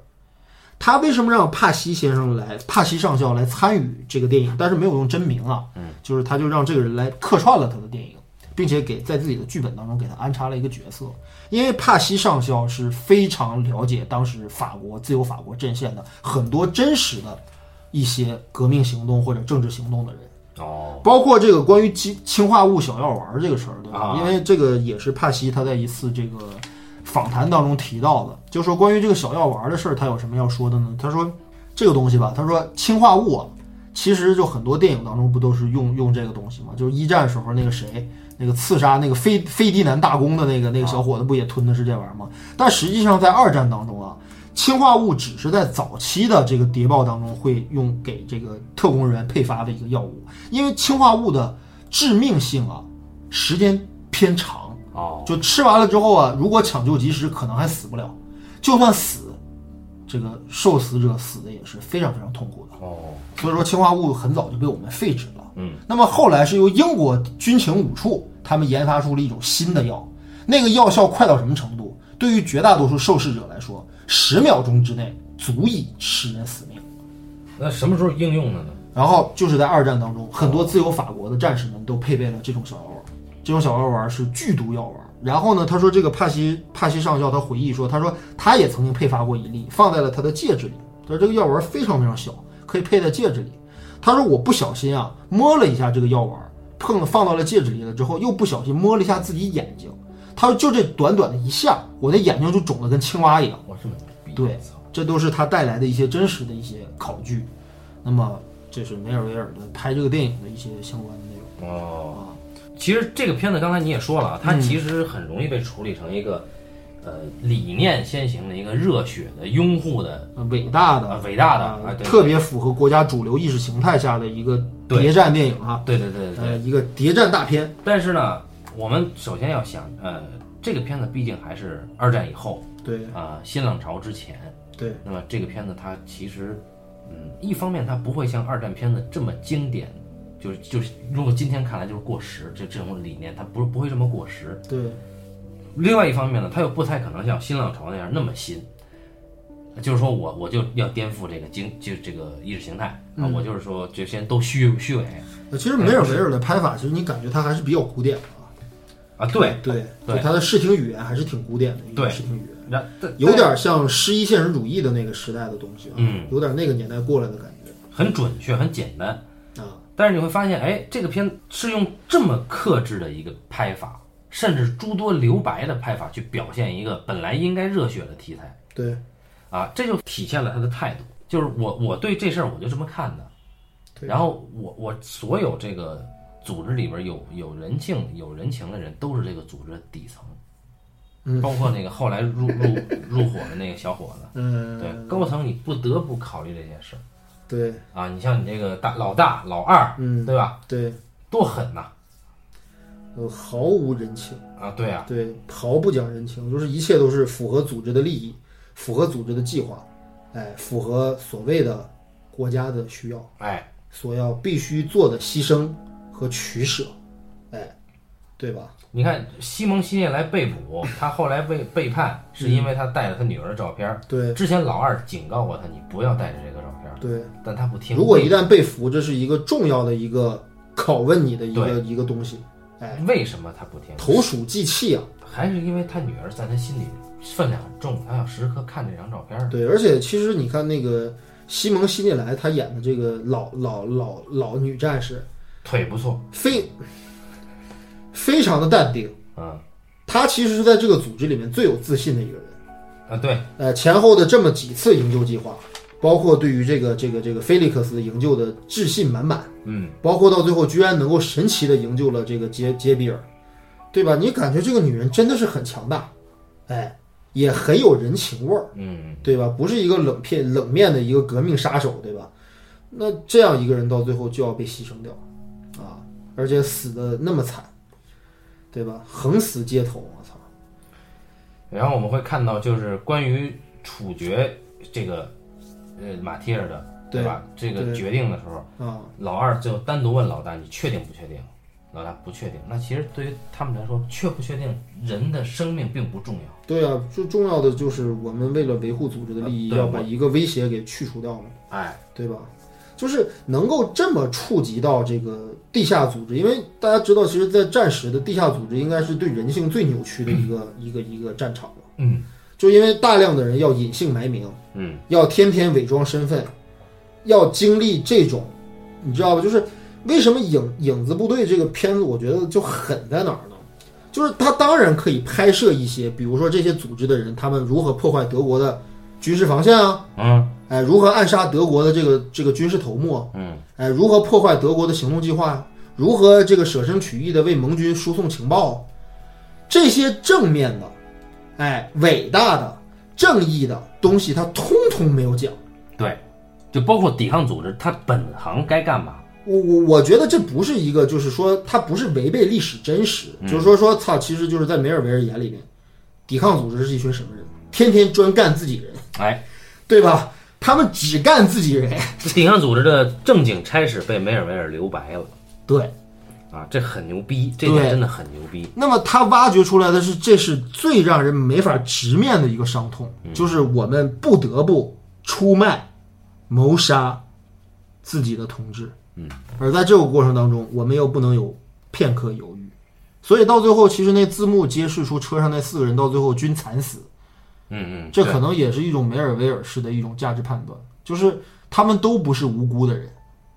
[SPEAKER 2] 他为什么让帕西先生来，帕西上校来参与这个电影，但是没有用真名啊，
[SPEAKER 1] 嗯，
[SPEAKER 2] 就是他就让这个人来客串了他的电影，并且给在自己的剧本当中给他安插了一个角色，因为帕西上校是非常了解当时法国自由法国阵线的很多真实的一些革命行动或者政治行动的人。
[SPEAKER 1] 哦，
[SPEAKER 2] 包括这个关于氰氰化物小药丸儿这个事儿，对吧？
[SPEAKER 1] 啊
[SPEAKER 2] 因为这个也是帕西他在一次这个访谈当中提到的，就说关于这个小药丸儿的事儿，他有什么要说的呢？他说这个东西吧，他说氰化物啊，其实就很多电影当中不都是用用这个东西吗？就是一战时候那个谁。那个刺杀那个飞飞迪南大公的那个那个小伙子不也吞的是这玩意儿吗？但实际上在二战当中啊，氰化物只是在早期的这个谍报当中会用给这个特工人员配发的一个药物，因为氰化物的致命性啊，时间偏长，
[SPEAKER 1] 哦，
[SPEAKER 2] 就吃完了之后啊，如果抢救及时，可能还死不了，就算死，这个受死者死的也是非常非常痛苦的。
[SPEAKER 1] 哦，
[SPEAKER 2] 所以说氰化物很早就被我们废止了。
[SPEAKER 1] 嗯，
[SPEAKER 2] 那么后来是由英国军情五处他们研发出了一种新的药，那个药效快到什么程度？对于绝大多数受试者来说，十秒钟之内足以使人死命。
[SPEAKER 1] 那什么时候应用的呢？
[SPEAKER 2] 然后就是在二战当中，很多自由法国的战士们都配备了这种小药丸儿，这种小药丸儿是剧毒药丸儿。然后呢，他说这个帕西帕西上校他回忆说，他说他也曾经配发过一粒，放在了他的戒指里。他说这个药丸儿非常非常小，可以配在戒指里。他说我不小心啊摸了一下这个药丸儿，碰了放到了戒指里了之后，又不小心摸了一下自己眼睛。他说就这短短的一下，我的眼睛就肿得跟青蛙一样。
[SPEAKER 1] 我这么逼
[SPEAKER 2] 对
[SPEAKER 1] 操
[SPEAKER 2] 这都是他带来的一些真实的一些考据。那么，这是梅尔维尔的拍这个电影的一些相关的内容
[SPEAKER 1] 哦，
[SPEAKER 2] 啊。
[SPEAKER 1] 其实这个片子刚才你也说了啊，它其实很容易被处理成一个，呃，理念先行的一个热血的拥护的
[SPEAKER 2] 呃伟大
[SPEAKER 1] 啊
[SPEAKER 2] 的、
[SPEAKER 1] 伟大的
[SPEAKER 2] 啊
[SPEAKER 1] 啊，对
[SPEAKER 2] 特别符合国家主流意识形态下的一个
[SPEAKER 1] 对
[SPEAKER 2] 谍战电影哈，
[SPEAKER 1] 对对对对对。
[SPEAKER 2] 呃，一个谍战大片。
[SPEAKER 1] 但是呢，我们首先要想，呃，这个片子毕竟还是呃二战以后
[SPEAKER 2] 对
[SPEAKER 1] 啊、新浪潮之前，
[SPEAKER 2] 对，
[SPEAKER 1] 那么这个片子它其实，嗯，一方面它不会像二战片子这么经典，就是就是如果今天看来就是过时，这这种理念它不不会这么过时。
[SPEAKER 2] 对，
[SPEAKER 1] 另外一方面呢，它又不太可能像新浪潮那样那么新。就是说我我就要颠覆这个经就这个意识形态啊，我就是说就先都虚虚伪
[SPEAKER 2] 呃
[SPEAKER 1] 嗯
[SPEAKER 2] 其实梅尔维尔的拍法，其实你感觉他还是比较古典的啊。
[SPEAKER 1] 啊，对
[SPEAKER 2] 对，
[SPEAKER 1] 对
[SPEAKER 2] 就他的视听语言还是挺古典的一
[SPEAKER 1] 对
[SPEAKER 2] 个视听语言，
[SPEAKER 1] 然但
[SPEAKER 2] 有点像十一现实主义的那个时代的东西啊，
[SPEAKER 1] 嗯
[SPEAKER 2] 有点那个年代过来的感觉
[SPEAKER 1] 很准确很简单，
[SPEAKER 2] 啊。
[SPEAKER 1] 但是你会发现，哎，这个片是用这么克制的一个拍法，甚至诸多留白的拍法去表现一个本来应该热血的题材
[SPEAKER 2] 对，
[SPEAKER 1] 啊，这就体现了他的态度。就是我我对这事儿我就这么看的，
[SPEAKER 2] 对
[SPEAKER 1] 然后我我所有这个组织里边有有人性有人情的人都是这个组织的底层，
[SPEAKER 2] 嗯
[SPEAKER 1] 包括那个后来入入 入伙的那个小伙子，
[SPEAKER 2] 嗯，
[SPEAKER 1] 对高层你不得不考虑这件事儿
[SPEAKER 2] 对
[SPEAKER 1] 啊，你像你这个大老大老二，
[SPEAKER 2] 嗯
[SPEAKER 1] 对吧？
[SPEAKER 2] 对，
[SPEAKER 1] 多狠呐
[SPEAKER 2] 呃，毫无人情，
[SPEAKER 1] 啊，对啊。
[SPEAKER 2] 对，毫不讲人情，就是一切都是符合组织的利益，符合组织的计划，哎，符合所谓的国家的需要，
[SPEAKER 1] 哎，
[SPEAKER 2] 所要必须做的牺牲和取舍，哎，对吧？
[SPEAKER 1] 你看西蒙希涅莱被捕，他后来被背叛，是因为他带着他女儿的照片儿。
[SPEAKER 2] 对
[SPEAKER 1] 之前老二警告过他，你不要带着这个照片儿，
[SPEAKER 2] 对，
[SPEAKER 1] 但他不听。
[SPEAKER 2] 如果一旦被俘，这是一个重要的一个拷问你的一个一个东西，哎，
[SPEAKER 1] 为什么他不听？
[SPEAKER 2] 投鼠忌器啊。
[SPEAKER 1] 还是因为他女儿在他心里分量很重，他要时刻看这张照片儿。
[SPEAKER 2] 对，而且其实你看那个西蒙希涅莱，她演的这个老老老老女战士，
[SPEAKER 1] 腿不错，
[SPEAKER 2] 非非常的淡定。
[SPEAKER 1] 嗯
[SPEAKER 2] 她其实是在这个组织里面最有自信的一个人。
[SPEAKER 1] 啊，对，
[SPEAKER 2] 呃，前后的这么几次营救计划，包括对于这个这个这个菲利克斯营救的自信满满，
[SPEAKER 1] 嗯，
[SPEAKER 2] 包括到最后居然能够神奇的营救了这个杰杰比尔，对吧？你感觉这个女人真的是很强大，哎，也很有人情味儿。
[SPEAKER 1] 嗯，
[SPEAKER 2] 对吧？不是一个冷片冷面的一个革命杀手，对吧？那这样一个人到最后就要被牺牲掉，啊，而且死的那么惨，对吧？横死街头，我操！
[SPEAKER 1] 然后我们会看到就是关于处决这个呃马蒂尔的，对吧？这个嗯
[SPEAKER 2] 对
[SPEAKER 1] 决定的时候，
[SPEAKER 2] 啊，
[SPEAKER 1] 老二就单独问老大，你确定不确定？老大不确定。那其实对于他们来说，确不确定人的生命并不重要。
[SPEAKER 2] 对啊，最重要的就是我们为了维护组织的利益，
[SPEAKER 1] 对
[SPEAKER 2] 要把一个威胁给去除掉了，
[SPEAKER 1] 哎，
[SPEAKER 2] 对吧？就是能够这么触及到这个地下组织，因为大家知道，其实，在战时的地下组织应该是对人性最扭曲的一个、一个一个战场了，
[SPEAKER 1] 嗯
[SPEAKER 2] 就因为大量的人要隐姓埋名，
[SPEAKER 1] 嗯，
[SPEAKER 2] 要天天伪装身份，要经历这种，你知道吧？就是为什么影影子部队这个片子，我觉得就狠在哪儿呢？就是他当然可以拍摄一些，比如说这些组织的人，他们如何破坏德国的军事防线啊，
[SPEAKER 1] 嗯
[SPEAKER 2] 哎，如何暗杀德国的这个这个军事头目啊，
[SPEAKER 1] 嗯
[SPEAKER 2] 哎，如何破坏德国的行动计划，如何这个舍身取义的为盟军输送情报，这些正面的，哎，伟大的、正义的东西，他通通没有讲。
[SPEAKER 1] 对，就包括抵抗组织，它本行该干嘛？
[SPEAKER 2] 我我我觉得这不是一个，就是说它不是违背历史真实，就是说说操，其实就是在梅尔维尔眼里面，抵抗组织是一群什么人？天天专干自己人，
[SPEAKER 1] 哎，
[SPEAKER 2] 对吧？他们只干自己人，
[SPEAKER 1] 抵抗组织的正经差事被梅尔维尔留白了
[SPEAKER 2] 对。
[SPEAKER 1] 啊，这很牛逼，这
[SPEAKER 2] 对
[SPEAKER 1] 点真的很牛逼。
[SPEAKER 2] 那么他挖掘出来的是，这是最让人没法直面的一个伤痛，
[SPEAKER 1] 嗯
[SPEAKER 2] 就是我们不得不出卖、谋杀自己的同志。
[SPEAKER 1] 嗯，
[SPEAKER 2] 而在这个过程当中，我们又不能有片刻犹豫，所以到最后，其实那字幕揭示出车上那四个人到最后均惨死，
[SPEAKER 1] 嗯嗯，
[SPEAKER 2] 这
[SPEAKER 1] 对
[SPEAKER 2] 可能也是一种梅尔维尔式的一种价值判断，就是他们都不是无辜的人，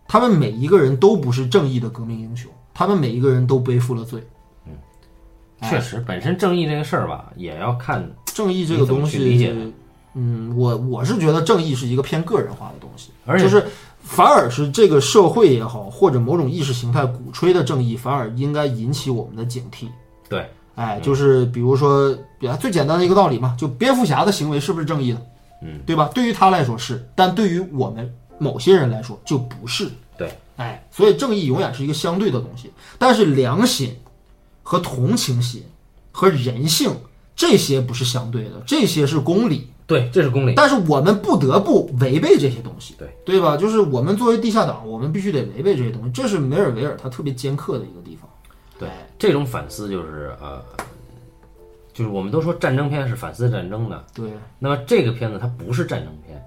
[SPEAKER 2] 他们每一个人都不是正义的革命英雄，他们每一个人都背负了罪。
[SPEAKER 1] 确实，本身正义这个事儿吧，也要看
[SPEAKER 2] 正义这个
[SPEAKER 1] 你怎
[SPEAKER 2] 东
[SPEAKER 1] 么去理解呢
[SPEAKER 2] 西，嗯，我我是觉得正义是一个偏个人化的东西，
[SPEAKER 1] 而且
[SPEAKER 2] 就是反而是这个社会也好，或者某种意识形态鼓吹的正义，反而应该引起我们的警惕。
[SPEAKER 1] 对，
[SPEAKER 2] 哎，就是比如说，比最简单的一个道理嘛，就蝙蝠侠的行为是不是正义的？
[SPEAKER 1] 嗯，
[SPEAKER 2] 对吧？对于他来说是，但对于我们某些人来说就不是。
[SPEAKER 1] 对，
[SPEAKER 2] 哎，所以正义永远是一个相对的东西，但是良心和同情心和人性这些不是相对的，这些是公理。
[SPEAKER 1] 对，这是公理。
[SPEAKER 2] 但是我们不得不违背这些东西，
[SPEAKER 1] 对
[SPEAKER 2] 对吧？就是我们作为地下党，我们必须得违背这些东西，这是梅尔维尔他特别尖刻的一个地方。
[SPEAKER 1] 对，这种反思就是呃，就是我们都说战争片是反思战争的，
[SPEAKER 2] 对
[SPEAKER 1] 那么这个片子它不是战争片，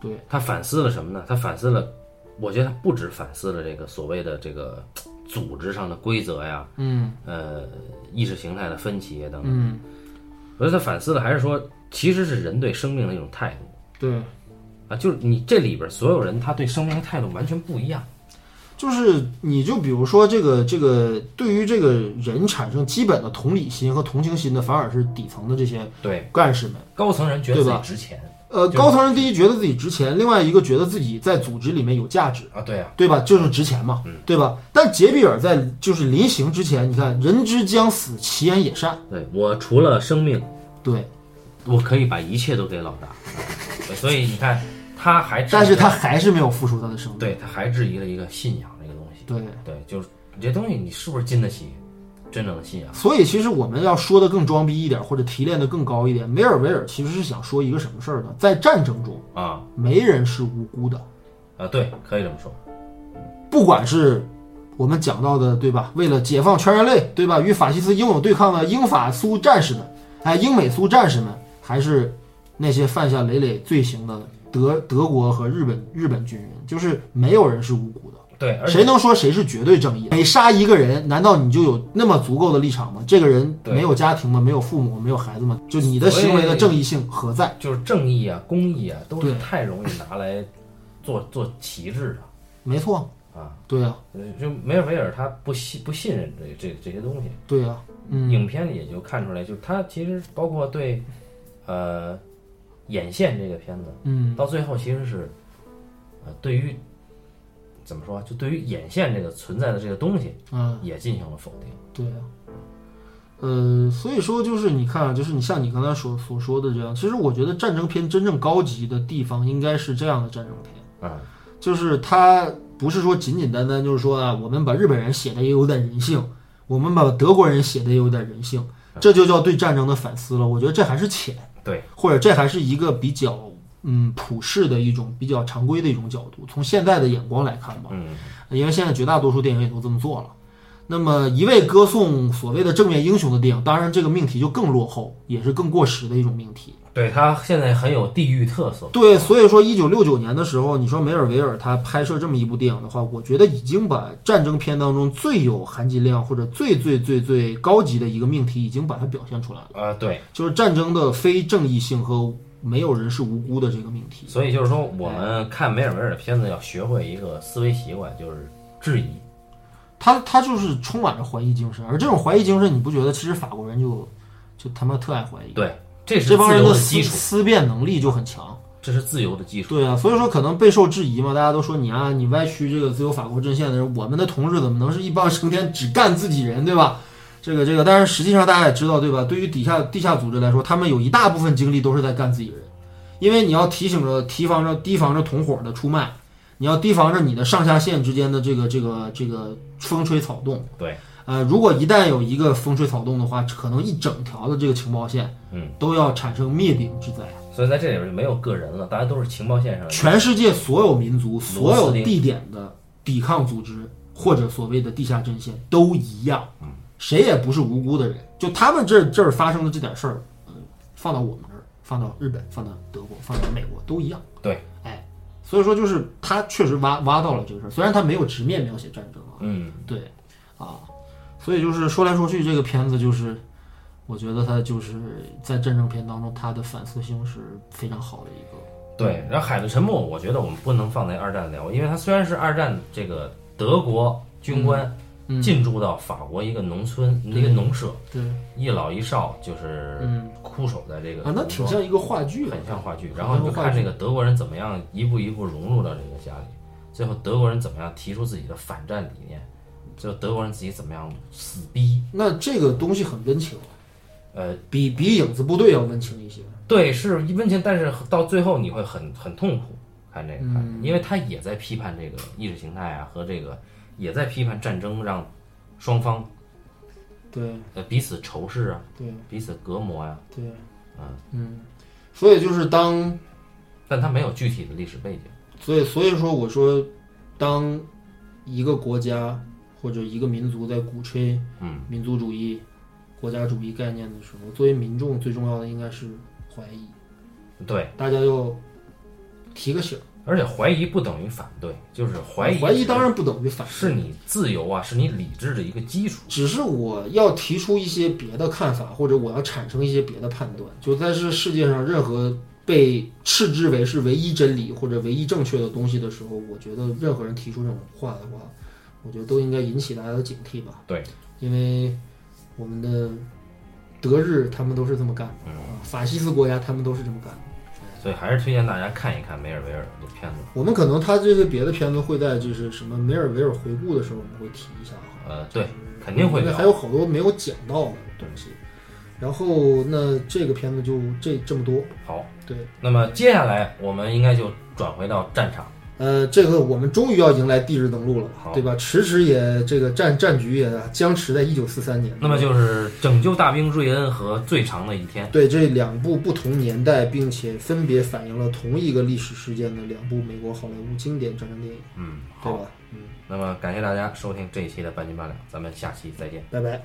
[SPEAKER 2] 对，
[SPEAKER 1] 它反思了什么呢？它反思了，我觉得它不止反思了这个所谓的这个嘖组织上的规则呀，
[SPEAKER 2] 嗯
[SPEAKER 1] 呃，意识形态的分歧等等。
[SPEAKER 2] 嗯，
[SPEAKER 1] 我觉得它反思的还是说，其实是人对生命的一种态度
[SPEAKER 2] 对，
[SPEAKER 1] 啊，就是你这里边所有人他对生命的态度完全不一样。
[SPEAKER 2] 就是你就比如说这个这个，对于这个人产生基本的同理心和同情心的，反而是底层的这些
[SPEAKER 1] 对，
[SPEAKER 2] 干事们。
[SPEAKER 1] 高层人觉得自
[SPEAKER 2] 对
[SPEAKER 1] 己
[SPEAKER 2] 吧
[SPEAKER 1] 值钱
[SPEAKER 2] 呃，
[SPEAKER 1] 就是
[SPEAKER 2] 高层人第一觉得自己值钱，另外一个觉得自己在组织里面有价值，
[SPEAKER 1] 啊，对啊，
[SPEAKER 2] 对吧？就是值钱嘛，对吧？但杰比尔在就是临行之前，你看“人之将死，其言也善
[SPEAKER 1] 对我除了生命，”，
[SPEAKER 2] 对，
[SPEAKER 1] 我可以把一切都给老大。对所以你看，他还质疑
[SPEAKER 2] 但是他还是没有付出他的生命，
[SPEAKER 1] 对他还质疑了一个信仰这个东西。
[SPEAKER 2] 对。
[SPEAKER 1] 对，就是你这东西你是不是经得起真正的信仰？
[SPEAKER 2] 所以，其实我们要说的更装逼一点，或者提炼的更高一点，梅尔维尔其实是想说一个什么事儿呢？在战争中，
[SPEAKER 1] 啊
[SPEAKER 2] 没人是无辜的，
[SPEAKER 1] 啊，对，可以这么说。
[SPEAKER 2] 不管是我们讲到的，对吧？为了解放全人类，对吧？与法西斯英勇对抗的英法苏战士们，哎，英美苏战士们，还是那些犯下累累罪行的德德国和日本日本军人，就是没有人是无辜的。
[SPEAKER 1] 对，而
[SPEAKER 2] 谁
[SPEAKER 1] 且
[SPEAKER 2] 能说谁是绝对正义的？每杀一个人，难道你就有那么足够的立场吗？这个人
[SPEAKER 1] 对
[SPEAKER 2] 没有家庭吗？没有父母，没有孩子吗？就你的行为的正义性何在？
[SPEAKER 1] 就是正义啊、公义啊，都是
[SPEAKER 2] 对
[SPEAKER 1] 太容易拿来做做旗帜
[SPEAKER 2] 没错，
[SPEAKER 1] 的啊。
[SPEAKER 2] 对啊，
[SPEAKER 1] 就梅尔维尔他不信不信任这这这些东西，
[SPEAKER 2] 对啊，嗯，
[SPEAKER 1] 影片里也就看出来，就是他其实包括对，呃，眼线这个片子，
[SPEAKER 2] 嗯，
[SPEAKER 1] 到最后其实是，呃，对于怎么说，就对于眼线这个存在的这个东西，
[SPEAKER 2] 嗯。
[SPEAKER 1] 也进行了否定。
[SPEAKER 2] 对啊，呃，所以说就是你看啊，就是你像你刚才所所说的这样，其实我觉得战争片真正高级的地方应该是这样的战争片，
[SPEAKER 1] 嗯，
[SPEAKER 2] 就是它不是说简简单单就是说啊，我们把日本人写的也有点人性，我们把德国人写的也有点人性，这就叫对战争的反思了。我觉得这还是浅，
[SPEAKER 1] 对，
[SPEAKER 2] 或者这还是一个比较。嗯，普世的一种比较常规的一种角度，从现在的眼光来看吧，
[SPEAKER 1] 嗯，
[SPEAKER 2] 因为现在绝大多数电影也都这么做了。那么一味歌颂所谓的正面英雄的电影，当然这个命题就更落后，也是更过时的一种命题。
[SPEAKER 1] 对他现在很有地域特色，
[SPEAKER 2] 对，所以说一九六九年的时候，你说梅尔维尔他拍摄这么一部电影的话，我觉得已经把战争片当中最有含金量或者最最最最高级的一个命题已经把它表现出来了，
[SPEAKER 1] 呃，对，
[SPEAKER 2] 就是战争的非正义性和没有人是无辜的这个命题。
[SPEAKER 1] 所以就是说，我
[SPEAKER 2] 哎
[SPEAKER 1] 们看梅尔维尔的片子要学会一个思维习惯，就是质疑。
[SPEAKER 2] 他他就是充满着怀疑精神，而这种怀疑精神，你不觉得其实法国人就就他妈特爱怀疑，
[SPEAKER 1] 对，这是
[SPEAKER 2] 这帮
[SPEAKER 1] 自
[SPEAKER 2] 人
[SPEAKER 1] 由
[SPEAKER 2] 的
[SPEAKER 1] 的
[SPEAKER 2] 思
[SPEAKER 1] 基础，
[SPEAKER 2] 思辨能力就很强。
[SPEAKER 1] 这是自由的基础。
[SPEAKER 2] 对啊，所以说可能备受质疑嘛，大家都说你啊，你歪曲这个自由法国阵线的人，我们的同志怎么能是一帮成天只干自己人，对吧？这个这个，但是实际上大家也知道，对吧？对于底下地下组织来说，他们有一大部分精力都是在干自己人，因为你要提醒着、提防着、提防着同伙的出卖，你要提防着你的上下线之间的这个这个这个风吹草动。
[SPEAKER 1] 对，
[SPEAKER 2] 呃，如果一旦有一个风吹草动的话，可能一整条的这个情报线，
[SPEAKER 1] 嗯，
[SPEAKER 2] 都要产生灭顶之灾。
[SPEAKER 1] 所以在这里边就没有个人了，大家都是情报线上的。
[SPEAKER 2] 全世界所有民族、所有
[SPEAKER 1] 螺丝钉
[SPEAKER 2] 地点的抵抗组织或者所谓的地下阵线都一样，谁也不是无辜的人。就他们这这儿发生的这点事儿，呃，放到我们这儿，放到日本，放到德国，放到美国都一样。
[SPEAKER 1] 对，
[SPEAKER 2] 哎，所以说就是他确实挖挖到了这个事儿，虽然他没有直面描写战争啊，
[SPEAKER 1] 嗯，
[SPEAKER 2] 对，啊，所以就是说来说去，这个片子就是，我觉得它就是在战争片当中，它的反思性是非常好的一个。
[SPEAKER 1] 对。然后《海的沉默》，我觉得我们不能放在二战聊，因为它虽然是二战这个德国军官
[SPEAKER 2] 嗯
[SPEAKER 1] 进驻到法国一个农村、一个农舍，
[SPEAKER 2] 对，
[SPEAKER 1] 一老一少就是
[SPEAKER 2] 嗯
[SPEAKER 1] 枯守在这个
[SPEAKER 2] 啊，那挺像一个话剧啊
[SPEAKER 1] 很像话剧。
[SPEAKER 2] 很
[SPEAKER 1] 然后你就
[SPEAKER 2] 像话
[SPEAKER 1] 看
[SPEAKER 2] 剧
[SPEAKER 1] 这个德国人怎么样一步一步融入到这个家里，最后德国人怎么样提出自己的反战理念，最后德国人自己怎么样死逼。
[SPEAKER 2] 那这个东西很温情，
[SPEAKER 1] 呃，
[SPEAKER 2] 比比影子部队要温情一些。
[SPEAKER 1] 对，是一温情，但是到最后你会很很痛苦。看这个，看
[SPEAKER 2] 嗯
[SPEAKER 1] 这个因为他也在批判这个意识形态啊，和这个也在批判战争让双方
[SPEAKER 2] 对
[SPEAKER 1] 呃彼此仇视啊，
[SPEAKER 2] 对
[SPEAKER 1] 彼此隔膜呀、
[SPEAKER 2] 对，
[SPEAKER 1] 嗯
[SPEAKER 2] 嗯，所以就是当，
[SPEAKER 1] 但他没有具体的历史背景。
[SPEAKER 2] 所以所以说我说，当一个国家或者一个民族在鼓吹
[SPEAKER 1] 嗯，
[SPEAKER 2] 民族主义、国家主义概念的时候，作为民众最重要的应该是怀疑，
[SPEAKER 1] 对，
[SPEAKER 2] 大家要提个醒儿。
[SPEAKER 1] 而且怀疑不等于反对，就是怀疑
[SPEAKER 2] 嗯怀疑
[SPEAKER 1] 是
[SPEAKER 2] 当然不等于反对，
[SPEAKER 1] 是你自由啊，是你理智的一个基础。
[SPEAKER 2] 只是我要提出一些别的看法，或者我要产生一些别的判断。就在这世界上任何被斥之为是唯一真理或者唯一正确的东西的时候，我觉得任何人提出这种话的话，我觉得都应该引起大家的警惕吧。
[SPEAKER 1] 对，
[SPEAKER 2] 因为我们的德日他们都是这么干的，啊法西斯国家他们都是这么干的。
[SPEAKER 1] 所以还是推荐大家看一看梅尔维尔的片子。
[SPEAKER 2] 我们可能他这些别的片子会在就是什么梅尔维尔回顾的时候，我们会提一下啊哈。
[SPEAKER 1] 呃，对，肯定会
[SPEAKER 2] 嗯因为
[SPEAKER 1] 聊
[SPEAKER 2] 还。有好多没有讲到的东西。然后那这个片子就这这么多，
[SPEAKER 1] 好，
[SPEAKER 2] 对，
[SPEAKER 1] 那么接下来我们应该就转回到战场。
[SPEAKER 2] 呃，这个我们终于要迎来地质登陆了
[SPEAKER 1] 好，
[SPEAKER 2] 对吧？迟迟也这个战战局也僵持在一九四三年。
[SPEAKER 1] 那么就是拯救大兵瑞恩和最长的一天。
[SPEAKER 2] 对这两部不同年代，并且分别反映了同一个历史事件的两部美国好莱坞经典战争电影，
[SPEAKER 1] 嗯，
[SPEAKER 2] 对
[SPEAKER 1] 好。
[SPEAKER 2] 吧？嗯，
[SPEAKER 1] 那么感谢大家收听这一期的半斤八两，咱们下期再见。
[SPEAKER 2] 拜拜。